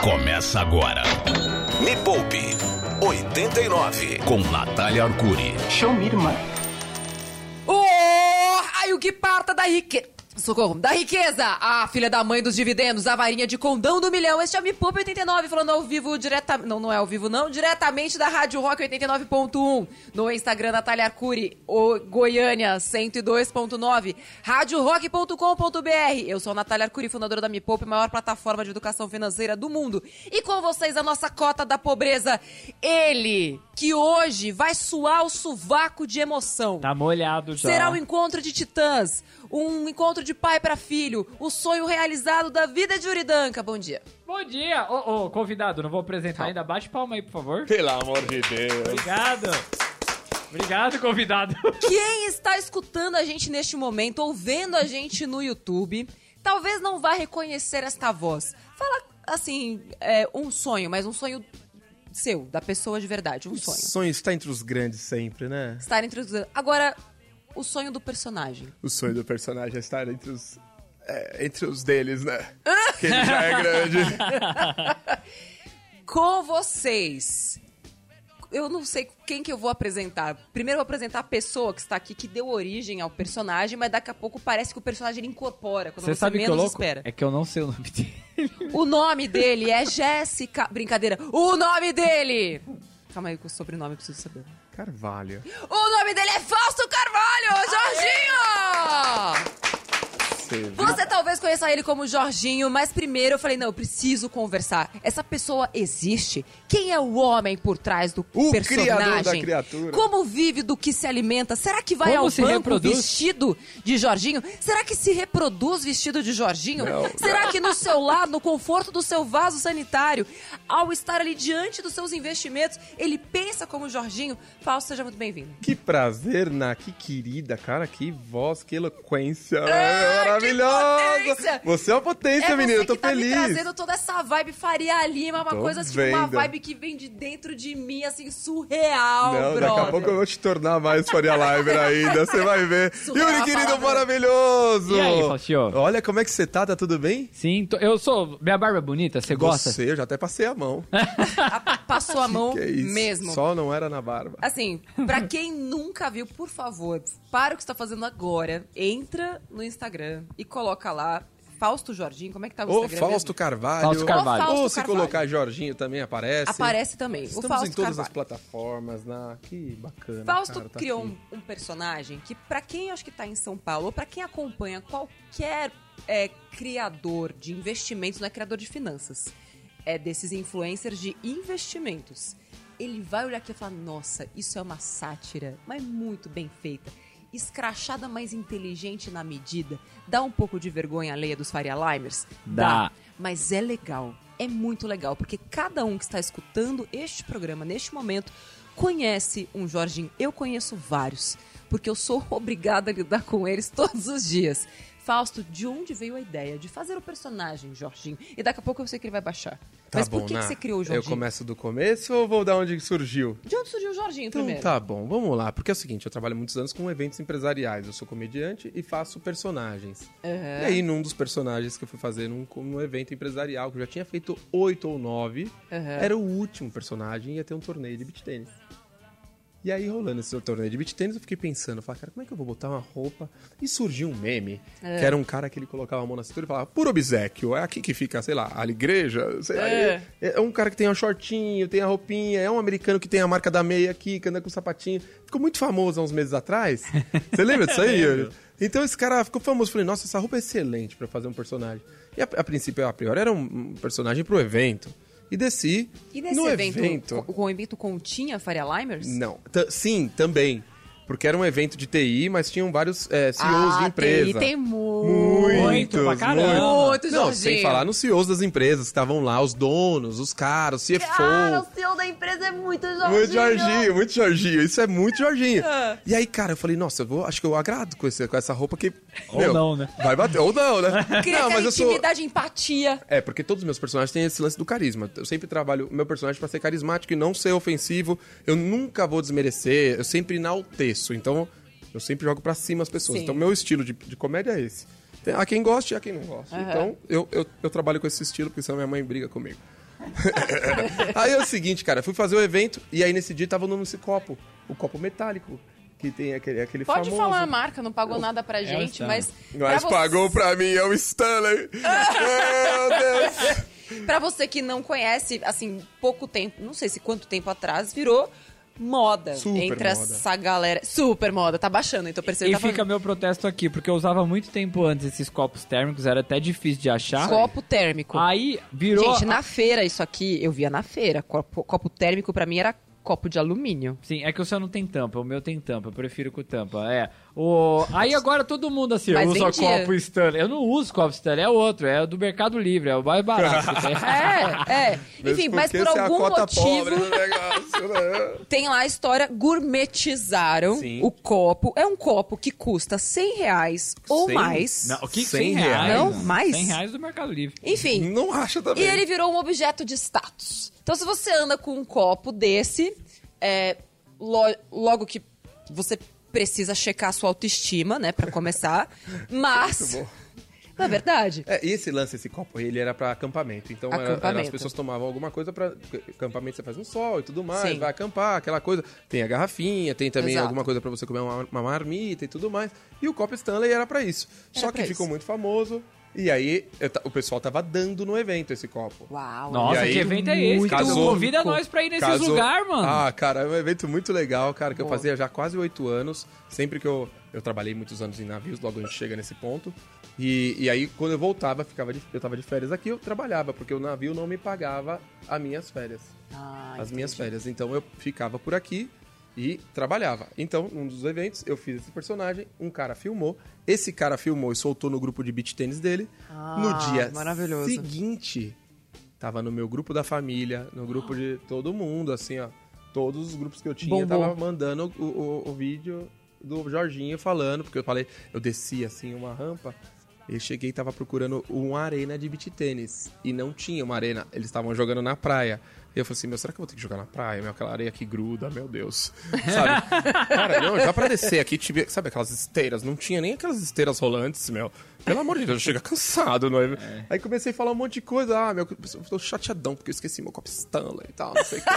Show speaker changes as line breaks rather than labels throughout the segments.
Começa agora.
Me Poupe 89.
Com Natália Arcuri.
Show me, irmã.
Oh, ai, o que parta da riqueza. Socorro, da riqueza! A filha da mãe dos dividendos, a varinha de condão do milhão. Este é o Me Poupe 89, falando ao vivo diretamente. Não, não é ao vivo, não. Diretamente da Rádio Rock 89.1. No Instagram, Natália Arcuri, o Goiânia 102.9. Radiorock.com.br. Eu sou a Natália Arcuri, fundadora da Me Poupe, maior plataforma de educação financeira do mundo. E com vocês, a nossa cota da pobreza. Ele, que hoje vai suar o sovaco de emoção.
Tá molhado já.
Será um encontro de titãs, um encontro de pai para filho, o sonho realizado da vida de Uridanca. Bom dia.
Bom dia! Ô, ô, convidado, não vou apresentar ainda. Bate palma aí, por favor.
Pelo amor de Deus.
Obrigado. Obrigado, convidado.
Quem está escutando a gente neste momento ou vendo a gente no YouTube, talvez não vá reconhecer esta voz. Fala assim, é, um sonho, mas um sonho seu, da pessoa de verdade, um sonho.
sonho está entre os grandes sempre, né?
Estar entre os. Agora, o sonho do personagem.
O sonho do personagem é estar entre os. é, entre os deles, né? Porque ele já é grande.
com vocês. Eu não sei quem que eu vou apresentar. Primeiro eu vou apresentar a pessoa que está aqui, que deu origem ao personagem, mas daqui a pouco parece que o personagem ele incorpora, quando você, menos espera.
É que eu não sei o nome dele.
O nome dele é Jéssica... Brincadeira. O nome dele... Calma aí, que o sobrenome eu preciso saber.
Carvalho.
O nome dele é Fausto Carvalho! Jorginho!
Você viu?
Você talvez conheça ele como Jorginho, mas primeiro eu falei, não, eu preciso conversar. Essa pessoa existe? Quem é o homem por trás do
O criador da
personagem?
criatura.
Como vive, do que se alimenta? Será que vai
Como
ao
se
banco
reproduz?
vestido de Jorginho? Será que se reproduz vestido de Jorginho?
Não,
Será que no seu lado, no conforto do seu vaso sanitário, ao estar ali diante dos seus investimentos, ele pensa como Jorginho? Fausto, seja muito bem-vindo.
Que prazer, Na, que querida, cara, que voz, que eloquência
Ah, que
maravilhosa.
potência.
Você é uma potência,
é
menina,
você
eu tô
que tá
feliz.
me trazendo toda essa vibe Faria Lima, uma
Tô
coisa tipo uma
vendo.
vibe que vem de dentro de mim, assim, surreal,
Não,
brother.
daqui a pouco eu vou te tornar mais Faria Live ainda, você vai ver.
Surreal
Yuri, querido,
palavra.
maravilhoso!
E aí, Faustio?
Olha, como é que você tá? Tá tudo bem?
Sim, tô- eu sou... Minha barba é bonita, você gosta?
Você, eu já até passei a mão.
A- Passou a mão
que é isso?
mesmo.
Só não era na barba.
Assim, pra quem nunca viu, por favor, para o que você tá fazendo agora, entra no Instagram e coloca lá Fausto Jorginho, como é que tá o
Ô,
Instagram?
Fausto
mesmo?
Carvalho.
Fausto Carvalho.
Ô, Fausto
Ou se
Carvalho.
colocar Jorginho também aparece.
Aparece também, o
é assim. Estamos
Fausto
em todas
Carvalho.
as plataformas, na. Que bacana.
Fausto
cara, tá
criou
aqui.
um, um personagem que, pra quem eu acho que tá em São Paulo, ou pra quem acompanha qualquer é, criador de investimentos, não é criador de finanças, é desses influencers de investimentos, ele vai olhar aqui e falar: nossa, isso é uma sátira, mas muito bem feita. Escrachada, mas inteligente na medida. Dá um pouco de vergonha alheia dos Faria Limers?
Dá.
Mas é legal. É muito legal, porque cada um que está escutando este programa neste momento conhece um Jorginho. Eu conheço vários, porque eu sou obrigada a lidar com eles todos os dias. Fausto, de onde veio a ideia de fazer o personagem Jorginho? E daqui a pouco eu sei que ele vai baixar.
Tá
Mas
bom,
por que, que
Ná.
você criou o
Eu
Jorginho?
começo do começo ou vou da onde surgiu?
De onde surgiu o Jorginho
Então
primeiro?
tá bom, vamos lá. Porque é o seguinte, eu trabalho muitos anos com eventos empresariais. Eu sou comediante e faço personagens. E aí, num dos personagens que eu fui fazer num, num evento empresarial, que eu já tinha feito oito ou nove, era o último personagem e ia ter um torneio de beach tênis. E aí, rolando esse torneio de beach tênis, eu fiquei pensando, eu falei, cara, como é que eu vou botar uma roupa? E surgiu um meme,
É.
que era um cara que ele colocava a mão na cintura e falava, por obsequio, é aqui que fica, sei lá, a igreja, sei lá.
É.
É. é um cara que tem um shortinho, tem a roupinha, é um americano que tem a marca da meia aqui, que anda com um sapatinho. Ficou muito famoso há uns meses atrás. Você lembra disso aí? Yuri? Então esse cara ficou famoso. Falei, nossa, essa roupa é excelente pra fazer um personagem. E a, a princípio, a priori, era um um personagem pro evento. E desci.
E nesse
no
evento, co- o evento continha Faria Limers?
não. T- sim, também. Porque era um evento de TI, mas tinham vários é, CEOs
ah,
de empresa.
Tem, tem muito.
Muito, pra caramba.
Muito,
Não,
Jorginho.
sem falar nos CEOs das empresas que estavam lá, os donos, os caras, o CFO.
Cara, Ah, o CEO da empresa é muito Jorginho.
Muito Jorginho, muito Jorginho. Isso é muito Jorginho. E aí, cara, eu falei, nossa, eu vou, acho que eu agrado com, esse, com essa roupa que.
Ou não, né?
Vai bater, ou não, né?
Cria
não,
aquela
mas eu sou.
intimidade, empatia.
É, porque todos os meus personagens têm esse lance do carisma. Eu sempre trabalho o meu personagem pra ser carismático e não ser ofensivo. Eu nunca vou desmerecer, eu sempre enalteço. Então, eu sempre jogo pra cima as pessoas.
Sim.
Então, meu estilo de, de comédia é esse. Tem- Há quem goste e há quem não gosta. Então, eu, eu, eu trabalho com esse estilo, porque senão minha mãe briga comigo. aí é o seguinte, cara, fui fazer o evento e aí nesse dia tava o nome desse copo, o copo metálico, que tem aquele, aquele
Pode
famoso.
falar a marca, não pagou nada pra
É,
gente,
Stanley.
mas.
Mas
pra
pagou
você,
pra mim, é o Stanley! Meu Deus!
Pra você que não conhece, assim, pouco tempo, não sei se quanto tempo atrás, virou moda
Super
entre
moda.
essa galera. Super moda, tá baixando, então percebeu?
E
tá
fica
falando.
meu protesto aqui, porque eu usava muito tempo antes esses copos térmicos, era até difícil de achar.
copo térmico.
Aí virou.
Gente, na feira isso aqui, eu via na feira. Copo, copo térmico pra mim era copo de alumínio.
Sim, é que o seu não tem tampa, o meu tem tampa, eu prefiro com tampa. É. O... Aí agora todo mundo assim,
Mas
usa
vendia.
copo Stanley. Eu não uso copo Stanley, é outro, é do Mercado Livre, é o mais barato. que tem.
É, é. Enfim, mas
porque
por
você
algum
é a cota
motivo.
pobre do negócio, né?
Tem lá a história, gourmetizaram
Sim.
o copo. É um copo que custa 100 reais ou
Cem?
mais.
Não, o que?
100
100
reais?
reais?
Não, mais?
100 reais do Mercado Livre.
Enfim,
Não acha
e
também.
ele virou um objeto de status. Então, se você anda com um copo desse, é, lo- logo que você precisa checar a sua autoestima, né, Pra começar. Mas,
bom.
na verdade,
É, e esse lance, esse copo, ele era pra acampamento. Então era- era- as
Acampamento.
pessoas tomavam alguma coisa pra. Acampamento você faz no sol e tudo mais,
Sim.
vai acampar, aquela coisa. Tem a garrafinha, tem também
Exato.
alguma coisa pra você comer uma, uma marmita e tudo mais. E o copo Stanley era pra isso. Só que
pra
ficou
isso.
muito famoso. E aí eu ta- o pessoal tava dando no evento esse copo.
uau.
Nossa,
E aí,
que evento é esse? Tu
casou-
convida nós pra ir nesses
Casou-
lugar, mano.
Ah, cara, é um evento muito legal, cara, que eu
Boa.
fazia já há quase oito anos. Sempre que eu. Eu trabalhei muitos anos em navios, logo a gente chega nesse ponto. E, e aí, quando eu voltava, ficava de- eu tava de férias aqui, eu trabalhava, porque o navio não me pagava as minhas férias.
Ah,
as minhas férias. Então eu ficava por aqui e trabalhava. Então, num dos eventos, eu fiz esse personagem, um cara filmou. Esse cara filmou e soltou no grupo de beach tênis dele.
Ah,
no dia
maravilhoso.
seguinte, tava no meu grupo da família, no grupo de todo mundo, assim, ó. Todos os grupos que eu tinha,
Bombou.
tava mandando o, o- o vídeo do Jorginho falando, porque eu falei, eu desci assim uma rampa. Eu cheguei e tava procurando uma arena de beach tênis. E não tinha uma arena. Eles estavam jogando na praia. E eu falei assim, meu, será que eu vou ter que jogar na praia? Meu, aquela areia que gruda, meu Deus. Sabe? Cara, não, dá pra descer aqui. tive- sabe aquelas esteiras? Não tinha nem aquelas esteiras rolantes, meu. Pelo amor de Deus, chega cansado, não é? Aí comecei a falar um monte de coisa. Ah, meu, eu tô chateadão porque eu esqueci meu copo Stanley e tal, não sei o quê.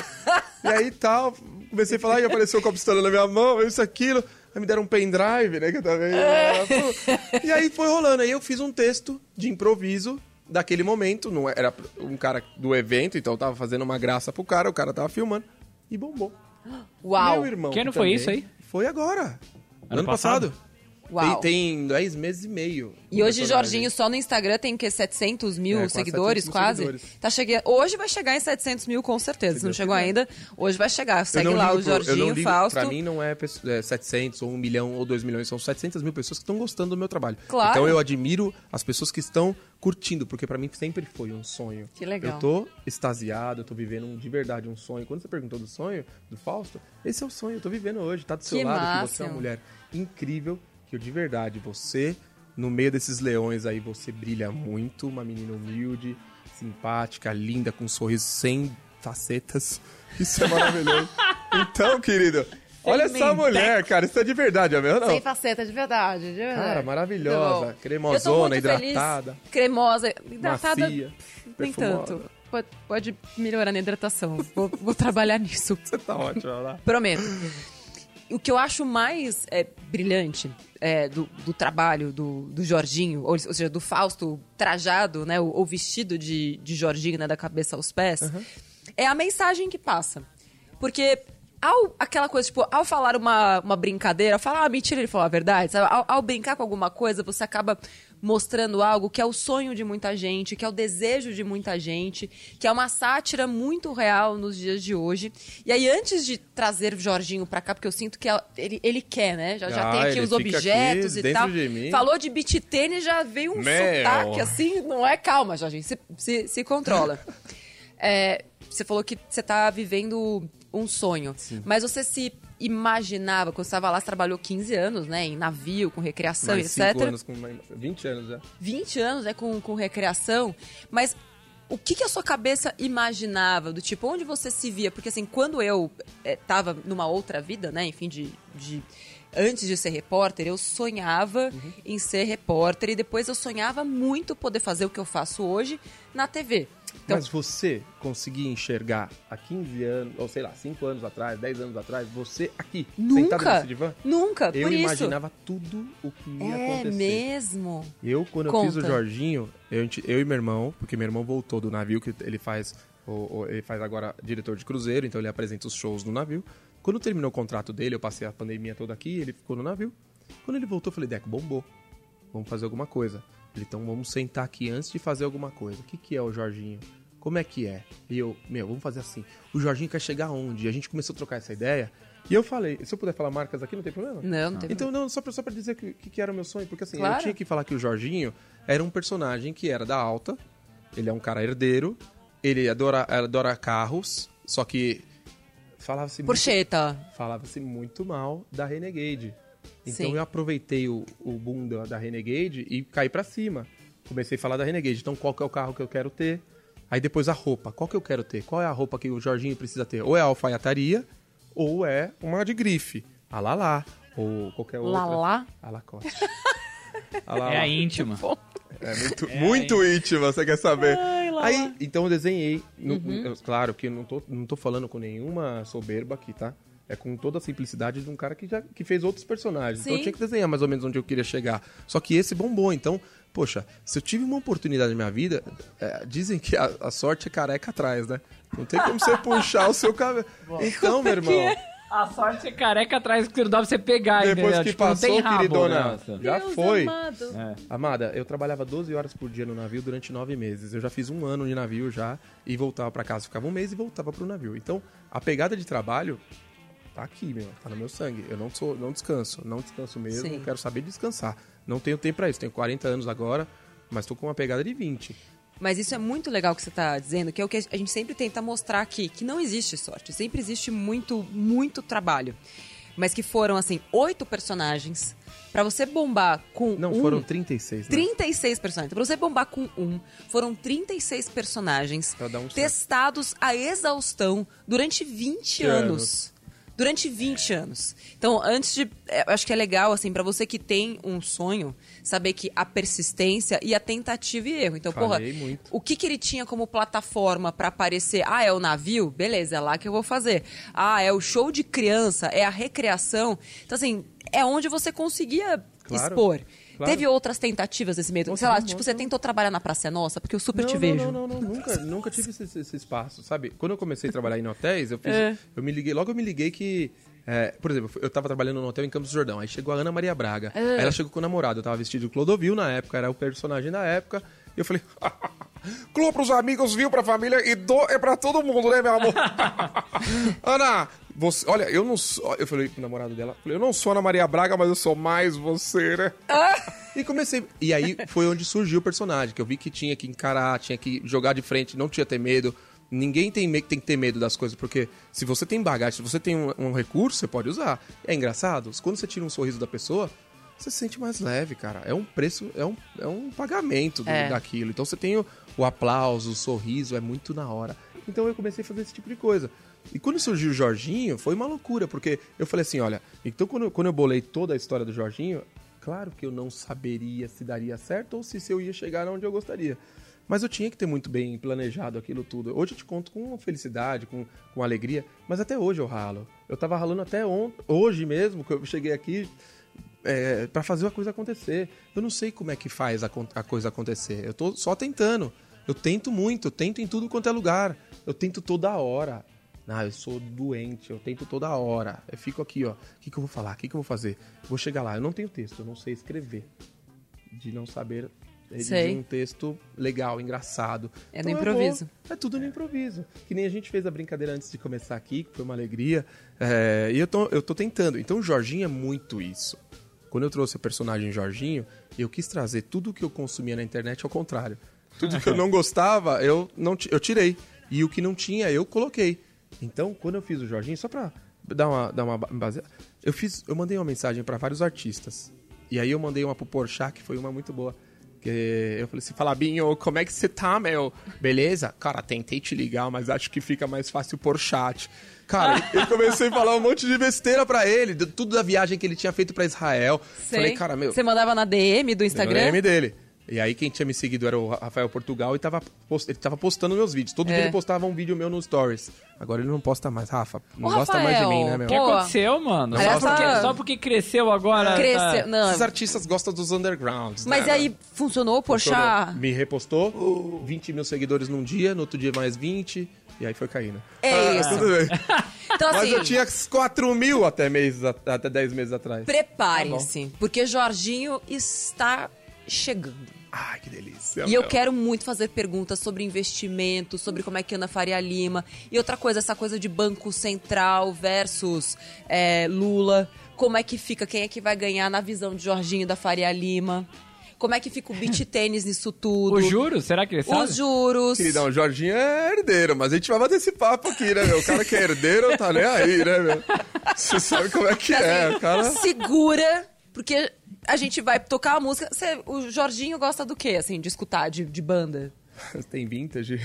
E aí tal, comecei a falar e apareceu o copo Stanley na minha mão, isso, aquilo. Aí me deram um pendrive, né, que eu também... e aí foi rolando. Aí eu fiz um texto de improviso daquele momento. Não era um cara do evento, então eu tava fazendo uma graça pro cara, o cara tava filmando. E bombou.
Uau,
Meu irmão.
Quem não
também
foi isso aí?
Foi agora. Ano,
Ano
passado.
passado?
uau.
Tem, tem 10 meses e meio.
E
o
hoje
personagem.
Jorginho só no Instagram tem que 700 mil
É, quase
seguidores,
700 mil
quase.
seguidores.
Tá chegue... Hoje vai chegar em 700 mil com certeza. Se não
Deus
chegou ainda, hoje vai chegar.
Eu
Segue
não
lá
ligo
o
pro- eu não
Jorginho
ligo-
Fausto.
Pra mim não é, pesso- é 700 ou 1 milhão ou 2 milhões, são 700 mil pessoas que estão gostando do meu trabalho.
Claro.
Então eu admiro as pessoas que estão curtindo, porque pra mim sempre foi um sonho.
Que legal.
Eu tô extasiado, eu tô vivendo um- de verdade um sonho. Quando você perguntou do sonho, do Fausto, esse é o sonho, eu tô vivendo hoje, tá do seu
Que
lado, que
massa.
você é uma mulher incrível, que eu de verdade, você, no meio desses leões aí, você brilha muito, uma menina humilde, simpática, linda, com um sorriso sem facetas. Isso é maravilhoso. então, querido, olha essa mulher, cara, isso é de verdade, é meu não?
Sem faceta, de verdade, de verdade.
Cara,
Eu
maravilhosa,
Eu tô
cremosona,
muito
hidratada,
feliz. Cremosa, hidratada.
macia,
Nem
perfumosa.
tanto. Pode, pode melhorar na hidratação. Vou- vou trabalhar nisso.
Você tá ótima lá.
Prometo. O que eu acho mais é, brilhante é, do, do trabalho do, do Jorginho, ou, ou seja, do Fausto trajado, né, ou, ou vestido de, de Jorginho, né, da cabeça aos pés, é a mensagem que passa. Porque ao, aquela coisa, tipo, ao falar uma, uma brincadeira, ao falar, ah, mentira, ele falou a verdade, sabe? Ao, ao brincar com alguma coisa, você acaba mostrando algo que é o sonho de muita gente, que é o desejo de muita gente, que é uma sátira muito real nos dias de hoje. E aí, antes de trazer o Jorginho pra cá, porque eu sinto que ela- ele, ele quer, né? Já, já
Ah,
tem aqui
ele
os
fica aqui
objetos e
dentro
tal.
de mim.
Falou de beat tênis, já veio um
Meu.
sotaque assim, não é? Calma, Jorginho, se, se, se controla. É, você falou que você tá vivendo um sonho, mas você se imaginava, quando você estava lá, você trabalhou 15 anos, né? Em navio, com recreação,
Mais
etc.
cinco anos, com mais- 20 anos já.
20 anos né, com, com recreação, mas o que, que a sua cabeça imaginava? Do tipo, onde você se via? Porque assim, quando eu eh, tava numa outra vida, né, enfim, de. de- Antes de ser repórter, eu sonhava
Uhum.
em ser repórter e depois eu sonhava muito poder fazer o que eu faço hoje na TV. Então-
Mas você conseguia enxergar há 15 anos, ou sei lá, 5 anos atrás, 10 anos atrás, você aqui, sentado
Nunca.
nesse divã?
Nunca,
Eu
por isso.
imaginava tudo o que ia
É
acontecer.
mesmo.
Eu, quando eu fiz o
Conta.
Jorginho, eu, enti- eu e meu irmão, porque meu irmão voltou do navio, que ele faz, o- o- ele faz agora diretor de cruzeiro, então ele apresenta os shows no navio. Quando terminou o contrato dele, eu passei a pandemia toda aqui, ele ficou no navio. Quando ele voltou, eu falei, Deco, bombou. Vamos fazer alguma coisa. Ele, então vamos sentar aqui antes de fazer alguma coisa. O que, que é o Jorginho? Como é que é? E eu, meu, vamos fazer assim. O Jorginho quer chegar aonde? E a gente começou a trocar essa ideia. E eu falei, se eu puder falar marcas aqui, não tem problema?
Não, não teve.
Então, não, só pra, só pra dizer o que, que, que era o meu sonho, porque assim, eu
Claro.
tinha que falar que o Jorginho era um personagem que era da alta, ele é um cara herdeiro, ele adora, adora carros, só que falava-se muito,
Porcheta.
falava-se muito mal da Renegade. Então
Sim.
eu aproveitei o, o boom da, da Renegade e caí pra cima. Comecei a falar da Renegade, então qual que é o carro que eu quero ter? Aí depois a roupa, qual que eu quero ter? Qual é a roupa que o Jorginho precisa ter? Ou é a alfaiataria, ou é uma de grife, a Lalá, ou qualquer outra.
Lalá?
A Lacoste. A Lalá.
É a íntima.
É muito, muito íntima, você quer saber. Aí, então eu desenhei. no- eu- claro que eu não tô, não tô falando com nenhuma soberba aqui, tá? É com toda a simplicidade de um cara que já que fez outros personagens. Então eu
Sim.
tinha que desenhar mais ou menos onde eu queria chegar. Só que esse bombou, então, poxa, se eu tive uma oportunidade na minha vida, é, dizem que a, a sorte é careca atrás, né? Não tem como você puxar o seu cabelo. Então, meu irmão,
A sorte é careca atrás que não dá pra você pegar,
depois
entendeu?
que
Tipo, não
passou,
tem rabo,
queridona,
né? É.
já
Deus
foi.
amado.
Amada, eu trabalhava 12 horas por dia no navio durante 9 meses. Eu já fiz um ano de navio já e voltava pra casa, ficava um mês e voltava pro navio. Então, a pegada de trabalho tá aqui, meu, tá no meu sangue. Eu não sou, não descanso, não descanso mesmo,
Sim.
quero saber descansar. Não tenho tempo pra isso. Tenho 40 anos agora, mas tô com uma pegada de 20.
Mas isso é muito legal que você tá dizendo, que é o que a gente sempre tenta mostrar aqui, que não existe sorte, sempre existe muito, muito trabalho. Mas que foram, assim, oito personagens, pra você bombar com
Não,
um,
foram 36, né?
36 personagens. Pra você bombar com um, foram 36 personagens
Pra dar um certo.
testados à exaustão durante 20 anos. Durante 20 anos. Então, antes de. é, eu acho que é legal, assim, pra você que tem um sonho, saber que a persistência e a tentativa e erro. Então,
Falei
porra,
muito.
o que, que ele tinha como plataforma pra aparecer? Ah, é o navio? Beleza, é lá que eu vou fazer. Ah, é o show de criança? É a recreação? Então, assim, é onde você conseguia
Claro.
expor.
Claro.
Teve outras tentativas nesse meio? Sei lá, tipo, você tentou trabalhar na Praça é Nossa? Porque eu super te
Uhum. não,
vejo.
Não, não, não, nunca, nunca tive esse, esse- esse espaço, sabe? Quando eu comecei a trabalhar em hotéis, eu fiz,
É.
eu me liguei, logo eu me liguei que é, por exemplo, eu tava trabalhando num hotel em Campos do Jordão, aí chegou a Ana Maria Braga.
É.
Aí ela chegou com o namorado, eu tava vestido de Clodovil na época, era o personagem da época. E eu falei: "Clô pros amigos, viu pra família e dou é pra todo mundo, né, meu amor?" Ana, você, olha, eu não sou, eu falei pro namorado dela, falei, eu não sou Ana Maria Braga, mas eu sou mais você, né? E comecei. E aí foi onde surgiu o personagem, que eu vi que tinha que encarar, tinha que jogar de frente, não tinha ter medo. Ninguém tem, me- tem que ter medo das coisas, porque se você tem bagagem, se você tem um, um recurso, você pode usar. É engraçado, quando você tira um sorriso da pessoa, você se sente mais leve, cara. É um preço, é um, é um pagamento do-
É.
daquilo. Então você tem o, o aplauso, o sorriso, é muito na hora. Então eu comecei a fazer esse tipo de coisa. E quando surgiu o Jorginho, foi uma loucura, porque eu falei assim, olha, então quando, eu- quando eu bolei toda a história do Jorginho, claro que eu não saberia se daria certo ou se, se eu ia chegar onde eu gostaria. Mas eu tinha que ter muito bem planejado aquilo tudo. Hoje eu te conto com felicidade, com, com alegria, mas até hoje eu ralo. Eu tava ralando até on- hoje mesmo, que eu cheguei aqui, é, para fazer a coisa acontecer. Eu não sei como é que faz a, con- a coisa acontecer. Eu tô só tentando. Eu tento muito, eu tento em tudo quanto é lugar. Eu tento toda hora. Ah, eu sou doente, eu tento toda hora. Eu fico aqui, ó. O que, que eu vou falar? O que, que eu vou fazer? Vou chegar lá. Eu não tenho texto, eu não sei escrever. De não saber redigir
Sei.
um texto legal, engraçado.
É no
eu vou-
improviso.
é tudo no improviso. Que nem a gente fez a brincadeira antes de começar aqui, que foi uma alegria. É, e eu tô, eu tô tentando. Então o Jorginho é muito isso. Quando eu trouxe o personagem Jorginho, eu quis trazer tudo que eu consumia na internet ao contrário. Tudo que eu não gostava, eu, não, ti- eu tirei. E o que não tinha, eu coloquei. Então, quando eu fiz o Jorginho, só pra dar uma, dar uma ba- base... Eu, fiz, eu mandei uma mensagem pra vários artistas. E aí eu mandei uma pro Porchat, que foi uma muito boa. Que eu falei assim, Falabinho, como é que você tá, meu? Beleza? Cara, tentei te ligar, mas acho que fica mais fácil por chat. Cara, eu comecei a falar um monte de besteira pra ele, de tudo da viagem que ele tinha feito pra Israel.
Sei. tá
Falei, cara, meu,
Você mandava na DM do
no
Instagram?
DM dele. E aí quem tinha me seguido era o Ra- Rafael Portugal e tava post- ele tava postando meus vídeos. Todo
É.
dia ele postava um vídeo meu no Stories. Agora ele não posta mais. Rafa, não
Ô,
gosta mais de
Rafael,
mim, né, meu?
O que
Pô.
aconteceu, mano? Só
Aliás,
porque,
tá-
só porque cresceu agora. tá?
Cresceu. Não.
Esses artistas gostam dos undergrounds.
Mas
né?
aí funcionou, poxa. Uh.
Chorou. Me repostou, 20 mil seguidores num dia, no outro dia mais 20, e aí foi caindo.
É
Ah,
isso.
tudo bem.
Então,
Mas
assim,
eu tinha 4 mil até, meses, at- até 10 meses atrás. Tá
preparem-se, porque Jorginho está chegando.
Ai, que delícia.
E eu
meu.
quero muito fazer perguntas sobre investimento, sobre como é que anda Faria Lima. E outra coisa, essa coisa de Banco Central versus é, Lula. Como é que fica? Quem é que vai ganhar na visão de Jorginho da Faria Lima? Como é que fica o beat tênis nisso tudo?
O juro? Será que ele sabe?
Os juros.
Queridão, o Jorginho é herdeiro, mas a gente vai bater esse papo aqui, né, meu? O cara que é herdeiro tá nem aí, né, meu? Você sabe como é que é, o cara.
Segura, porque a gente vai tocar a música. Cê- o Jorginho gosta do quê, assim, de escutar, de, de banda?
Tem vintage.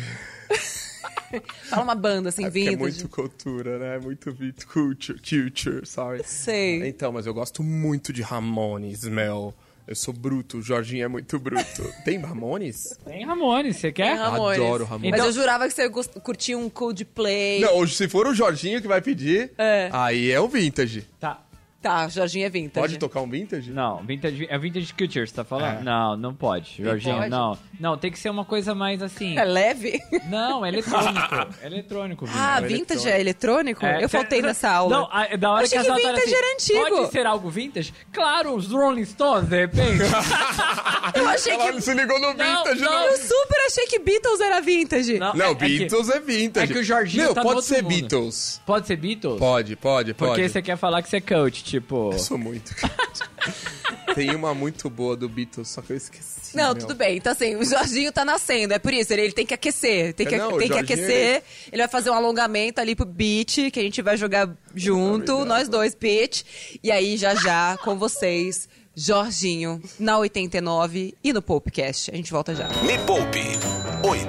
Fala uma banda, assim,
É porque
vintage.
É muito cultura, né? É Muito vit- culture, culture, sorry.
Sei.
Então, mas eu gosto muito de Ramones, Mel. Eu sou bruto, o Jorginho é muito bruto. Tem Ramones?
Tem Ramones, você quer?
Tem Ramones.
Adoro Ramones.
Mas
Então-
eu jurava que você gost- curtia um Coldplay.
Não, hoje, se for o Jorginho que vai pedir,
É.
aí é o vintage.
Tá.
Tá, Jorginho é vintage.
Pode tocar um vintage?
Não, vintage, é vintage culture, você tá falando?
É.
Não, não pode, Jorginho,
pode?
não. Não, tem que ser uma coisa mais assim...
É leve?
Não, é eletrônico. é eletrônico, Vini.
Ah,
é
vintage é eletrônico?
É,
eu
cê-
faltei nessa aula.
Não, a- da hora
Achei
que
que
as notas
vintage
eram
era
assim,
antigo.
Pode ser algo vintage? Claro, os Rolling Stones, de repente.
eu achei
Ela
que...
se ligou no
É Não,
vintage,
não.
não.
Eu super achei que Beatles era vintage.
Não,
Não,
é- é que-
Beatles é vintage.
é que o Jorginho
Meu,
tá no
pode
outro
ser
mundo.
Beatles.
Pode ser Beatles?
Pode, pode, pode.
Porque você quer falar que você é coach, tipo...
Eu sou muito. Tem uma muito boa do Beatles, só que eu esqueci.
Não,
meu.
tudo bem. Então, assim, o Jorginho tá nascendo. É por isso, ele, ele tem que aquecer. Tem que,
É, não, o
tem que
Jorginho,
aquecer. Ele... vai fazer um alongamento ali pro beat, que a gente vai jogar junto, nós dois, beat. E aí, já já, com vocês, Jorginho, na 89 e no Popcast. A gente volta já.
Me Poupe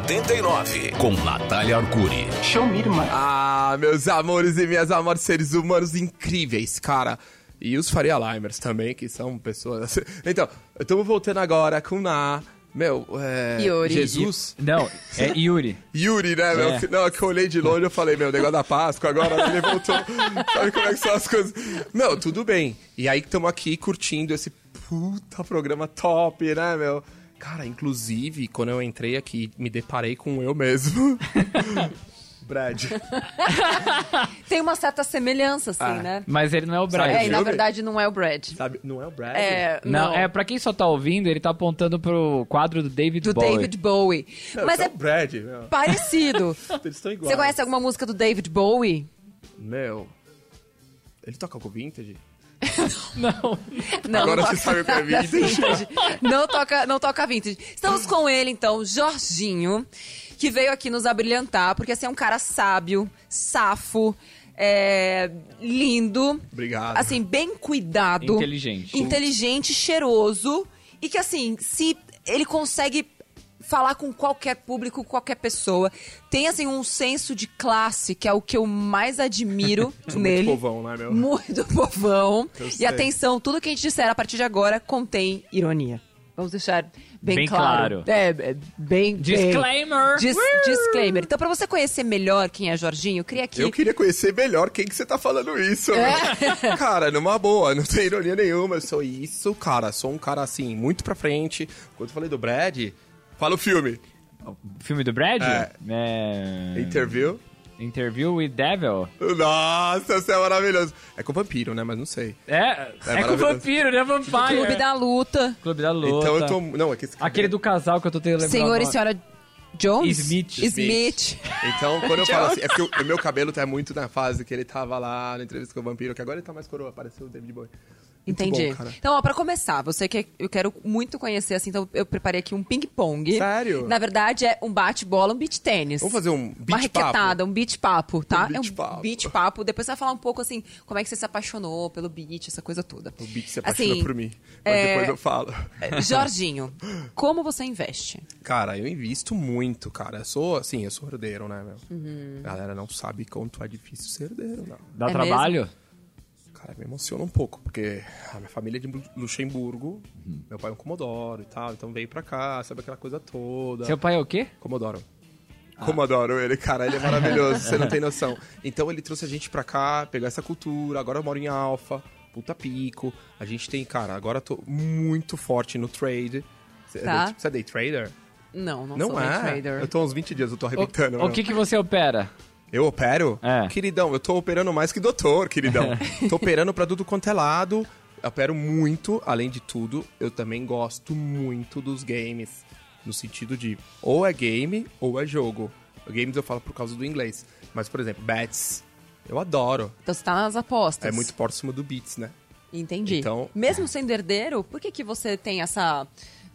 89.
Com Natália Arcuri.
Ah, meus amores e minhas amores, seres humanos incríveis, cara. E os Faria Limers também, que são pessoas. Então, estamos voltando agora com na. Meu, é.
Yuri.
Jesus.
Não, é Yuri.
Yuri, né, meu?
É.
Que- Não, é que eu olhei de longe eu falei, meu, negócio da Páscoa, agora ele voltou. Sabe como é que são as coisas? Não, tudo bem. E aí que estamos aqui curtindo esse puta programa top, né, meu? Cara, inclusive, quando eu entrei aqui, me deparei com eu mesmo. Brad.
Tem uma certa semelhança, assim,
Ah.
né?
Mas ele não é o Brad.
É, e na
filme?
verdade não é o Brad.
Sabe? Não é o Brad?
É,
Não,
não.
é, pra quem só tá ouvindo, ele tá apontando pro quadro do David
do
Bowie.
David Bowie.
Não,
Mas
são
é
o Brad, meu.
parecido.
Eles estão iguais.
Você conhece alguma música do David Bowie?
Meu. Ele toca com vintage?
Não.
Não,
Agora
não
você
toca
sabe o que é
nada
vintage.
não, toca, não toca vintage. Estamos com ele, então, Jorginho, que veio aqui nos abrilhantar, porque assim, é um cara sábio, safo, é, lindo.
Obrigado.
Assim, bem cuidado.
Inteligente.
Inteligente, cheiroso. E que assim, se ele consegue falar com qualquer público, qualquer pessoa. Tem, assim, um senso de classe, que é o que eu mais admiro nele.
povão, né, meu?
Muito povão.
Eu
E
sei.
atenção, tudo que a gente disser a partir de agora contém ironia. Vamos deixar bem,
Bem claro.
É, é, bem, bem-
Disclaimer!
Dis- disclaimer. Então, pra você conhecer melhor quem é Jorginho, cria aqui.
Eu queria conhecer melhor quem que você tá falando isso.
É.
né? Cara, numa boa, não tem ironia nenhuma. Eu sou isso, cara. Sou um cara assim, muito pra frente. Quando eu falei do Brad, fala o filme.
Filme do Brad?
É. Hum.
É,
Interview.
Interview with Devil?
Nossa, você é maravilhoso. É com vampiro, né? Mas não sei.
É, é, com
maravilhoso.
vampiro, né? Vampire.
Clube da Luta.
Clube da Luta.
É. Então eu tô. Não, é que esse
Aquele do casal que eu tô tentando lembrar. o
Senhor e
nome.
senhora Jones?
Smith.
Smith.
Então, quando eu falo assim, é porque o- o meu cabelo tá muito na fase que ele tava lá na entrevista com o vampiro, que agora ele tá mais coroa, pareceu o David Bowie. Muito
Entendi.
bom, cara.
então, ó, pra começar, você que eu quero muito conhecer, assim, então eu preparei aqui um ping-pong.
Sério?
Na verdade, é um bate-bola, um beat tênis.
Vamos fazer um
Uma
beat-papo?
requetada, um beat-papo, tá?
Um
é um
beat-papo.
beat-papo. Depois você vai falar um pouco, assim, como é que você se apaixonou pelo beat, essa coisa toda.
O Beat se apaixona
Assim,
por mim. Mas
é,
depois eu falo.
Jorginho, como você investe?
Cara, eu invisto muito, cara. Eu sou, assim, eu sou herdeiro, Uhum. né, meu? Galera não sabe quanto é difícil ser herdeiro, não.
Dá
É
trabalho?
Cara, me emociona um pouco, porque a minha família é de Luxemburgo, meu pai é um comodoro e tal, então veio pra cá, sabe aquela coisa toda.
Seu pai é o quê?
Comodoro.
Ah.
Como adoro ele, cara, ele é maravilhoso, você não tem noção. Então ele trouxe a gente pra cá, pegou essa cultura, agora eu moro em Alfa, puta pico. A gente tem, cara, agora eu tô muito forte no trade. Você é
Tá.
day- você é day trader?
Não, não, sou
não
day
é.
trader.
Eu tô há uns 20 dias, eu tô arrebentando.
O, o
meu.
que, que você opera?
Eu opero?
É.
Queridão, eu tô operando mais que doutor, queridão. tô operando pra tudo quanto é lado. Opero muito, além de tudo, eu também gosto muito dos games. No sentido de ou é game ou é jogo. Games eu falo por causa do inglês. Mas, por exemplo, bets. Eu adoro.
Então você tá nas apostas.
É muito próximo do beats, né?
Entendi.
Então-
Mesmo sendo herdeiro, por que, que você tem essa,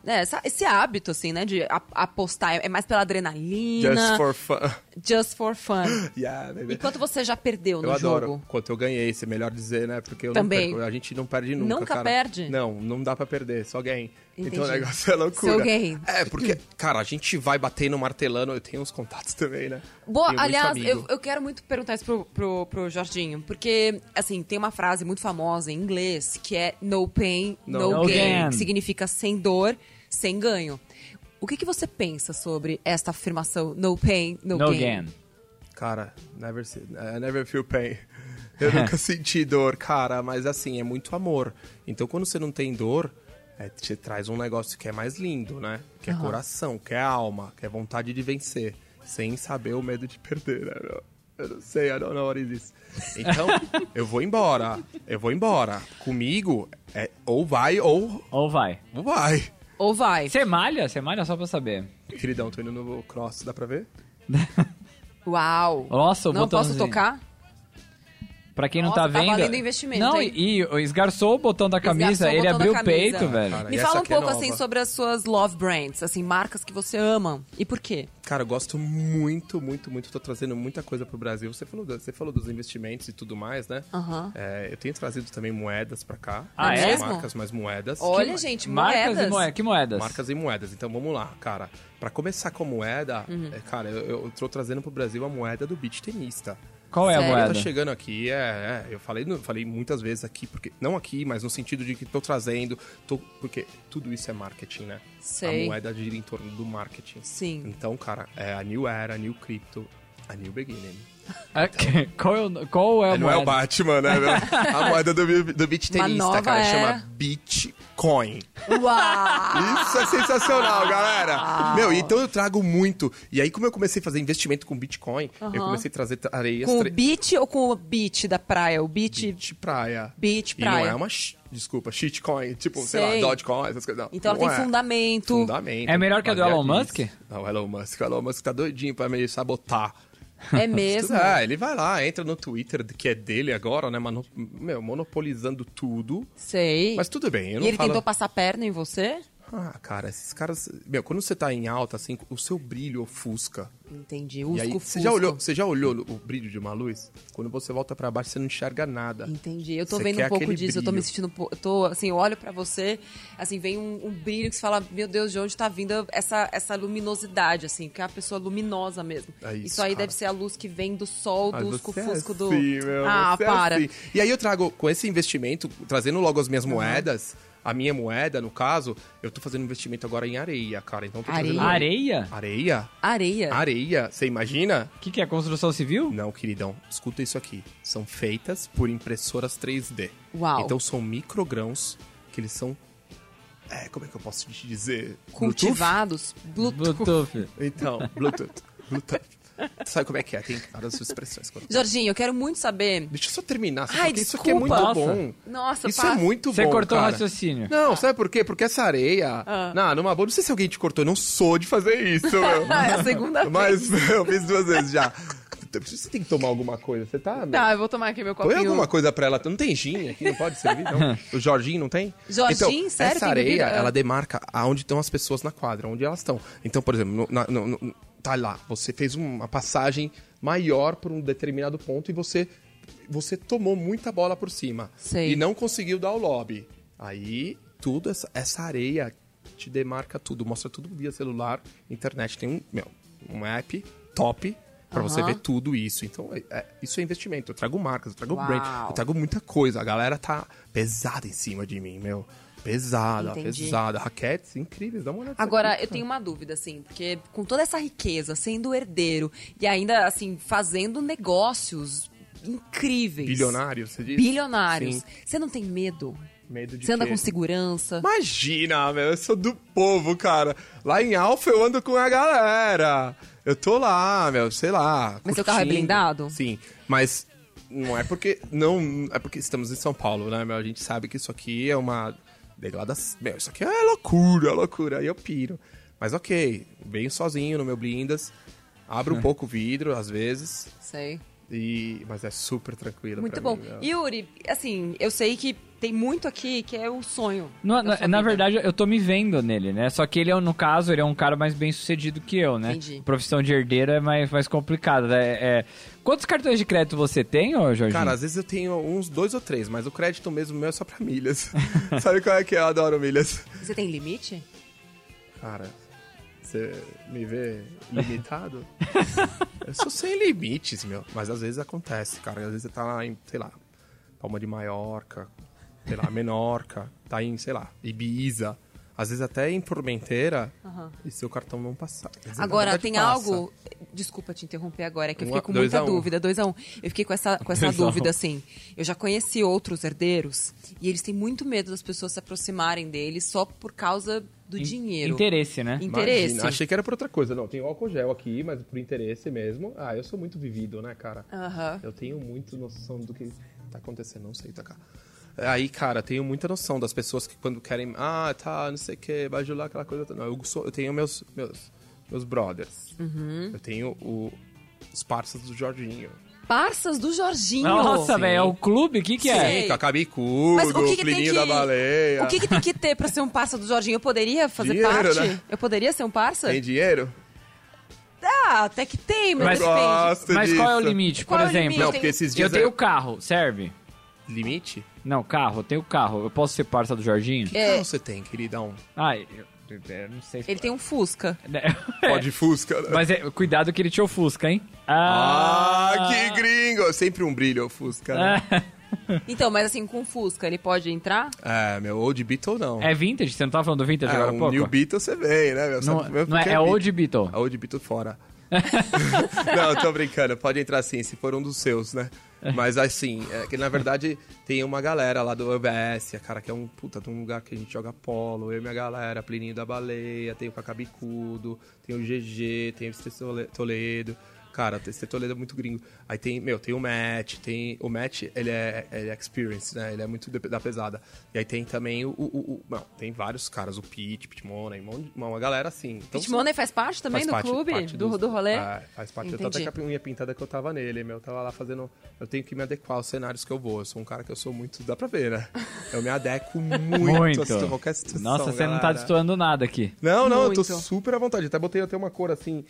né, essa- esse hábito, assim, né? De a- apostar? É mais pela adrenalina?
Just for fun.
just for fun.
yeah,
E
baby.
quanto você já perdeu no
Eu
jogo?
adoro. Quanto eu ganhei, se é melhor dizer, né? Porque eu
Também.
não perco. A gente não perde nunca.
Nunca
cara.
perde?
Não, não dá pra perder, só gain. Então o
Entendi.
negócio é loucura.
Só gain.
É, porque, cara, a gente vai batendo, martelando. Eu tenho uns contatos também, né?
Boa,
Tenho muito
aliás,
amigo.
eu, eu quero muito perguntar isso pro, pro, pro Jorginho, porque, assim, tem uma frase muito famosa em inglês que é no pain, no,
No
gain,
gain.
que significa sem dor, sem ganho. O que, que você pensa sobre esta afirmação no pain, no,
No
gain?
gain.
Cara, never, se- I never feel pain. Eu nunca senti dor, cara, mas assim, é muito amor. Então quando você não tem dor, é, te traz um negócio que é mais lindo, né? Que é coração, que é alma, que é vontade de vencer. Sem saber o medo de perder, né? meu? Eu não sei, I don't know what it is. Então, eu vou embora. Eu vou embora. Comigo, é ou vai ou
Ou vai.
vai.
Ou vai?
Você malha? Você malha só pra saber.
Queridão, tô indo no cross, dá pra ver?
Uau!
Nossa, o
Não posso
botãozinho.
tocar?
Pra quem não
Nossa,
tá
tá
vendo.
valendo investimento,
Não,
hein?
e, e esgarçou o botão da camisa,
Esgarçou o
ele
botão da
abriu o
camisa.
peito, velho.
Cara,
Me
e essa
fala um
aqui é
pouco,
nova.
assim, sobre as suas love brands, assim, marcas que você ama e por quê?
Cara, eu gosto muito, muito, muito. Tô trazendo muita coisa pro Brasil. Você falou, do- você falou dos investimentos e tudo mais, né?
Aham.
É, eu tenho trazido também moedas pra cá.
Ah,
Não
é?
só
Mesmo?
Marcas, mas moedas.
Olha,
Que-
gente,
Marcas
moedas.
e moedas. Que moedas?
Marcas e moedas. Então vamos lá, cara. Pra começar com moeda,
Uhum.
é, cara, eu, eu tô trazendo pro Brasil a moeda do beach tenista.
Qual é a
Sério?
moeda?
Tá chegando aqui, é, é, eu falei, no- falei muitas vezes aqui, porque não aqui, mas no sentido de que tô trazendo, tô- porque tudo isso é marketing, né?
Sei.
A moeda gira em torno do marketing.
Sim.
Então, cara, é a new era, a new crypto, a new beginning.
Ah, que- qual é, o- qual é a
É, não é o
moeda?
Batman, né? meu? A moeda do, do beat
Uma nova
tenista, cara,
era. Ah.
chama Bitcoin.
Uau!
Isso é sensacional,
Ah.
galera! Meu, então eu trago muito. E aí, como eu comecei a fazer investimento com Bitcoin, eu comecei a trazer tra- areias...
Com o
tre-
beat ou com o beat da praia? O beat,
Beach praia.
beat
E não
praia.
é uma, sh- desculpa, shitcoin, tipo, sei,
Sei.
lá, Dogecoin, essas coisas. Não.
Então ela
Não
tem
é.
fundamento.
Fundamento.
É melhor que a do Elon
Baseado
Musk?
nisso. Não, o Elon Musk. O Elon Musk tá doidinho pra me sabotar.
É mesmo?
É, ele vai lá, entra no Twitter, que é dele agora, né? mano- meu, monopolizando tudo.
Sei.
Mas tudo bem, eu
e
não
ele
falo...
tentou passar a perna em você?
Ah, cara, esses caras... Meu, quando você tá em alta, assim, o seu brilho ofusca.
Entendi.
E
Usco,
aí,
fusco.
você já olhou, você já olhou o brilho de uma luz? Quando você volta pra baixo, você não enxerga nada.
Entendi. Eu tô
Tá. Você
vendo
quer
um pouco
aquele
disso. Eu tô me
brilho.
sentindo... um po- Eu tô, assim, eu olho pra você, assim, vem um, um brilho que você fala, meu Deus, de onde tá vindo essa, essa luminosidade, assim, que é uma pessoa luminosa mesmo.
É isso,
aí
cara.
deve ser a luz que vem do sol,
Mas
do
você é
usco-fusco do...
assim, meu,
ah,
você é
para.
assim. E aí eu trago, com esse investimento, trazendo logo as minhas moedas, a minha moeda, no caso, eu tô fazendo investimento agora em areia, cara. Então eu tô
Areia? É.
trazendo...
Areia?
Areia?
Areia.
Areia? Você imagina?
O que, que é? Construção civil?
Não, queridão. Escuta isso aqui. São feitas por impressoras 3D.
Uau.
Então são microgrãos que eles são... É, como é que eu posso te dizer? Bluetooth?
Cultivados. Bluetooth.
Bluetooth.
Então, Bluetooth. Bluetooth. Tu sabe como é que é? Tem várias expressões. Quando...
Jorginho, eu quero muito saber...
Deixa eu só terminar. só
Ai,
porque isso aqui é muito
desculpa.
bom.
Nossa,
isso
passa.
é muito
Você
bom.
cortou o
cara.
raciocínio.
Não, sabe por quê? Porque essa areia. Não, numa boa, não sei se alguém te cortou. Eu não sou de fazer isso, meu.
Ah, é a segunda
Mas meu, eu fiz duas vezes já. Você tem que tomar alguma coisa. Você tá. meu?
Tá, eu vou tomar aqui meu
Põe
copinho.
alguma coisa pra ela. Não tem gin aqui, não pode servir, não. O Jorginho não tem?
Jorginho,
então,
sério,
Essa
tem
areia,
bebida? Ah.
ela demarca aonde estão as pessoas na quadra, onde elas estão. Então, por exemplo, no- na- no- no- tá lá, você fez uma passagem maior por um determinado ponto e você, você tomou muita bola por cima.
Sei.
E não conseguiu dar o lobby. Aí, tudo, essa, essa areia te demarca tudo, mostra tudo via celular, internet. Tem um, meu, um app top Pra você
Aham.
ver tudo isso. Então, é- é- isso é investimento. Eu trago marcas, eu trago
Uau.
brand, eu trago muita coisa. A galera tá pesada em cima de mim, meu. Pesada,
Entendi.
pesada. Raquetes incríveis, dá uma olhada. nisso
Agora,
aqui,
eu tenho uma dúvida, assim, porque com toda essa riqueza, sendo herdeiro e ainda, assim, fazendo negócios incríveis.
Bilionário, você diz?
Bilionários.
Sim.
Você não tem medo?
Medo de
Você anda
quê?
com segurança?
Imagina, meu, eu sou do povo, cara. Lá em Alfa eu ando com a galera. Eu tô lá, meu, sei lá.
Mas seu carro é
curtindo.
blindado?
Sim, mas não é porque não é porque estamos em São Paulo, né, meu? A gente sabe que isso aqui é uma degradação. Meu, isso aqui é loucura, loucura. Aí eu piro. Mas ok, venho sozinho no meu blindas. Abro
É.
um pouco o vidro, às vezes.
Sei.
E... Mas é super tranquilo.
Muito
pra
bom.
Mim, meu.
Yuri, assim, eu sei que tem muito aqui que é o sonho.
Na,
da
na-
sua
na
vida.
verdade, eu tô me vendo nele, né? Só que ele, é um- no caso, ele é um cara mais bem sucedido que eu, né?
Entendi.
Profissão de herdeiro é mais, mais complicada. né? É- Quantos cartões de crédito você tem, ô Jorginho?
Cara, às vezes eu tenho uns dois ou três, mas o crédito mesmo meu é só pra milhas. Sabe qual é que eu adoro milhas?
Você tem limite?
Cara, você me vê limitado? eu sou sem limites, meu. Mas às vezes acontece, cara. Às vezes você tá lá em, sei lá, Palma de Maiorca, sei lá, Menorca, tá em, sei lá, Ibiza. Às vezes até em Formenteira e seu cartão não passar. Quer dizer, na
Agora,
verdade,
tem
passa.
algo. Desculpa te interromper agora, é que eu
Um
fiquei
a-
com
dois
muita
a um.
dúvida. 2 a 1 um. Eu fiquei com essa, com essa
Dois a um.
dúvida, assim. Eu já conheci outros herdeiros e eles têm muito medo das pessoas se aproximarem deles só por causa do dinheiro.
Interesse, né?
Interesse.
Imagina, Achei que era por outra coisa. Não, tem o álcool gel aqui, mas por interesse mesmo. Ah, eu sou muito vivido, né, cara?
Aham.
Eu tenho muito noção do que tá acontecendo, não sei, tá cá. Aí, cara, tenho muita noção das pessoas que quando querem, ah, tá, não sei o que, bajular aquela coisa. Não, eu, sou, eu tenho meus, meus, meus brothers.
Uhum.
Eu tenho o- os parças do Jorginho.
Parças do Jorginho.
Nossa, velho, é o clube? O que que é?
Sim.
Fica Cabicudo,
Mas o que, que tem
Plininho
que...
da Baleia.
O que, que tem que ter pra ser um parça do Jorginho? Eu poderia fazer
Dinheiro,
parte?
né?
Eu poderia ser um parça?
Tem dinheiro?
Ah, até que tem, mas,
Mas-
depende.
Gosto
Mas qual é o
disso.
limite,
Qual
por
é o
exemplo?
limite?
Não, porque esses
Eu
dias... é
tenho carro, serve?
Limite?
Não, carro, eu tenho carro. Eu posso ser parça do Jorginho?
Que
É.
carro você tem, queridão? É,
Ah, eu, eu- eu não sei se...
Ele tem um Fusca.
Pode Fusca, né?
Mas é, cuidado que ele te ofusca, hein?
Ah, que gringo! Sempre um brilho, o Fusca. Né?
Então, mas assim, com o Fusca, ele pode entrar?
É, meu, Old Beetle não.
É vintage? Você não tava falando do vintage
É,
agora há
um
pouco?
New Beetle você vem, né, meu? Só
Não,
meu
não é,
porque
é
Beat-
Old Beetle.
A Old Beetle fora. não, tô brincando. Pode entrar sim, se for um dos seus, né? Mas assim, é que na verdade tem uma galera lá do UBS, a cara que é um puta de um lugar que a gente joga polo, eu e minha galera, Plininho da Baleia, tem o Cacabicudo, tem o GG, tem o Estê Tole- Toledo. Cara, o Estê Toledo é muito gringo. Aí tem, meu, tem o Matt, tem. O Matt, ele é, ele é experience, né? Ele é muito de- da pesada. E aí tem também o. o- o- não, tem vários caras, o Pete, Pitmoney, uma, uma galera assim. Então,
Pitmoney faz parte também
Faz
do
parte-
clube?
parte
do, do rolê?
É, faz parte. Eu tô até
Entendi.
com a unha pintada que eu tava nele, meu. Eu tava lá fazendo. Eu tenho que me adequar aos cenários que eu vou. Eu sou um cara que eu sou muito. Dá pra ver, né? Eu me adequo muito,
Muito.
a situ- qualquer situação.
Nossa, você não tá
galera.
destoando nada aqui.
Não, não, eu tô
Muito.
super à vontade. Até botei até uma cor assim,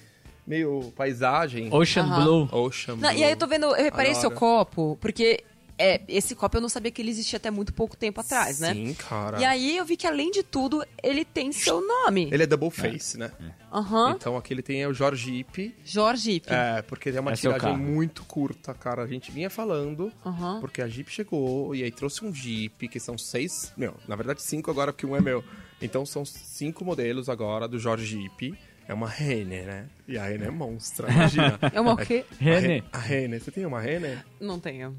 meio paisagem.
Ocean
Aham.
Blue.
Ocean.
Não, e aí eu tô vendo, eu reparei
Adoro.
seu copo, porque é, esse copo eu não sabia que ele existia até muito pouco tempo atrás, né?
Sim, cara.
E aí eu vi que, além de tudo, ele tem seu nome.
Ele é double face, né?
Aham.
Então aqui ele tem o Jorge Ipe.
Jorge Ipe.
É, porque é uma
É seu
tiragem
carro.
muito curta, cara. A gente vinha falando,
Aham.
porque a Jeep chegou e aí trouxe um Jeep, que são seis. Meu, na verdade, cinco agora, porque um é meu. Então são cinco modelos agora do Jorge Jeep. É uma Renner, né? E a Renner é monstra, imagina.
É uma o quê?
A Re-
Renner.
A Renner. Você tem uma Renner?
Não tenho.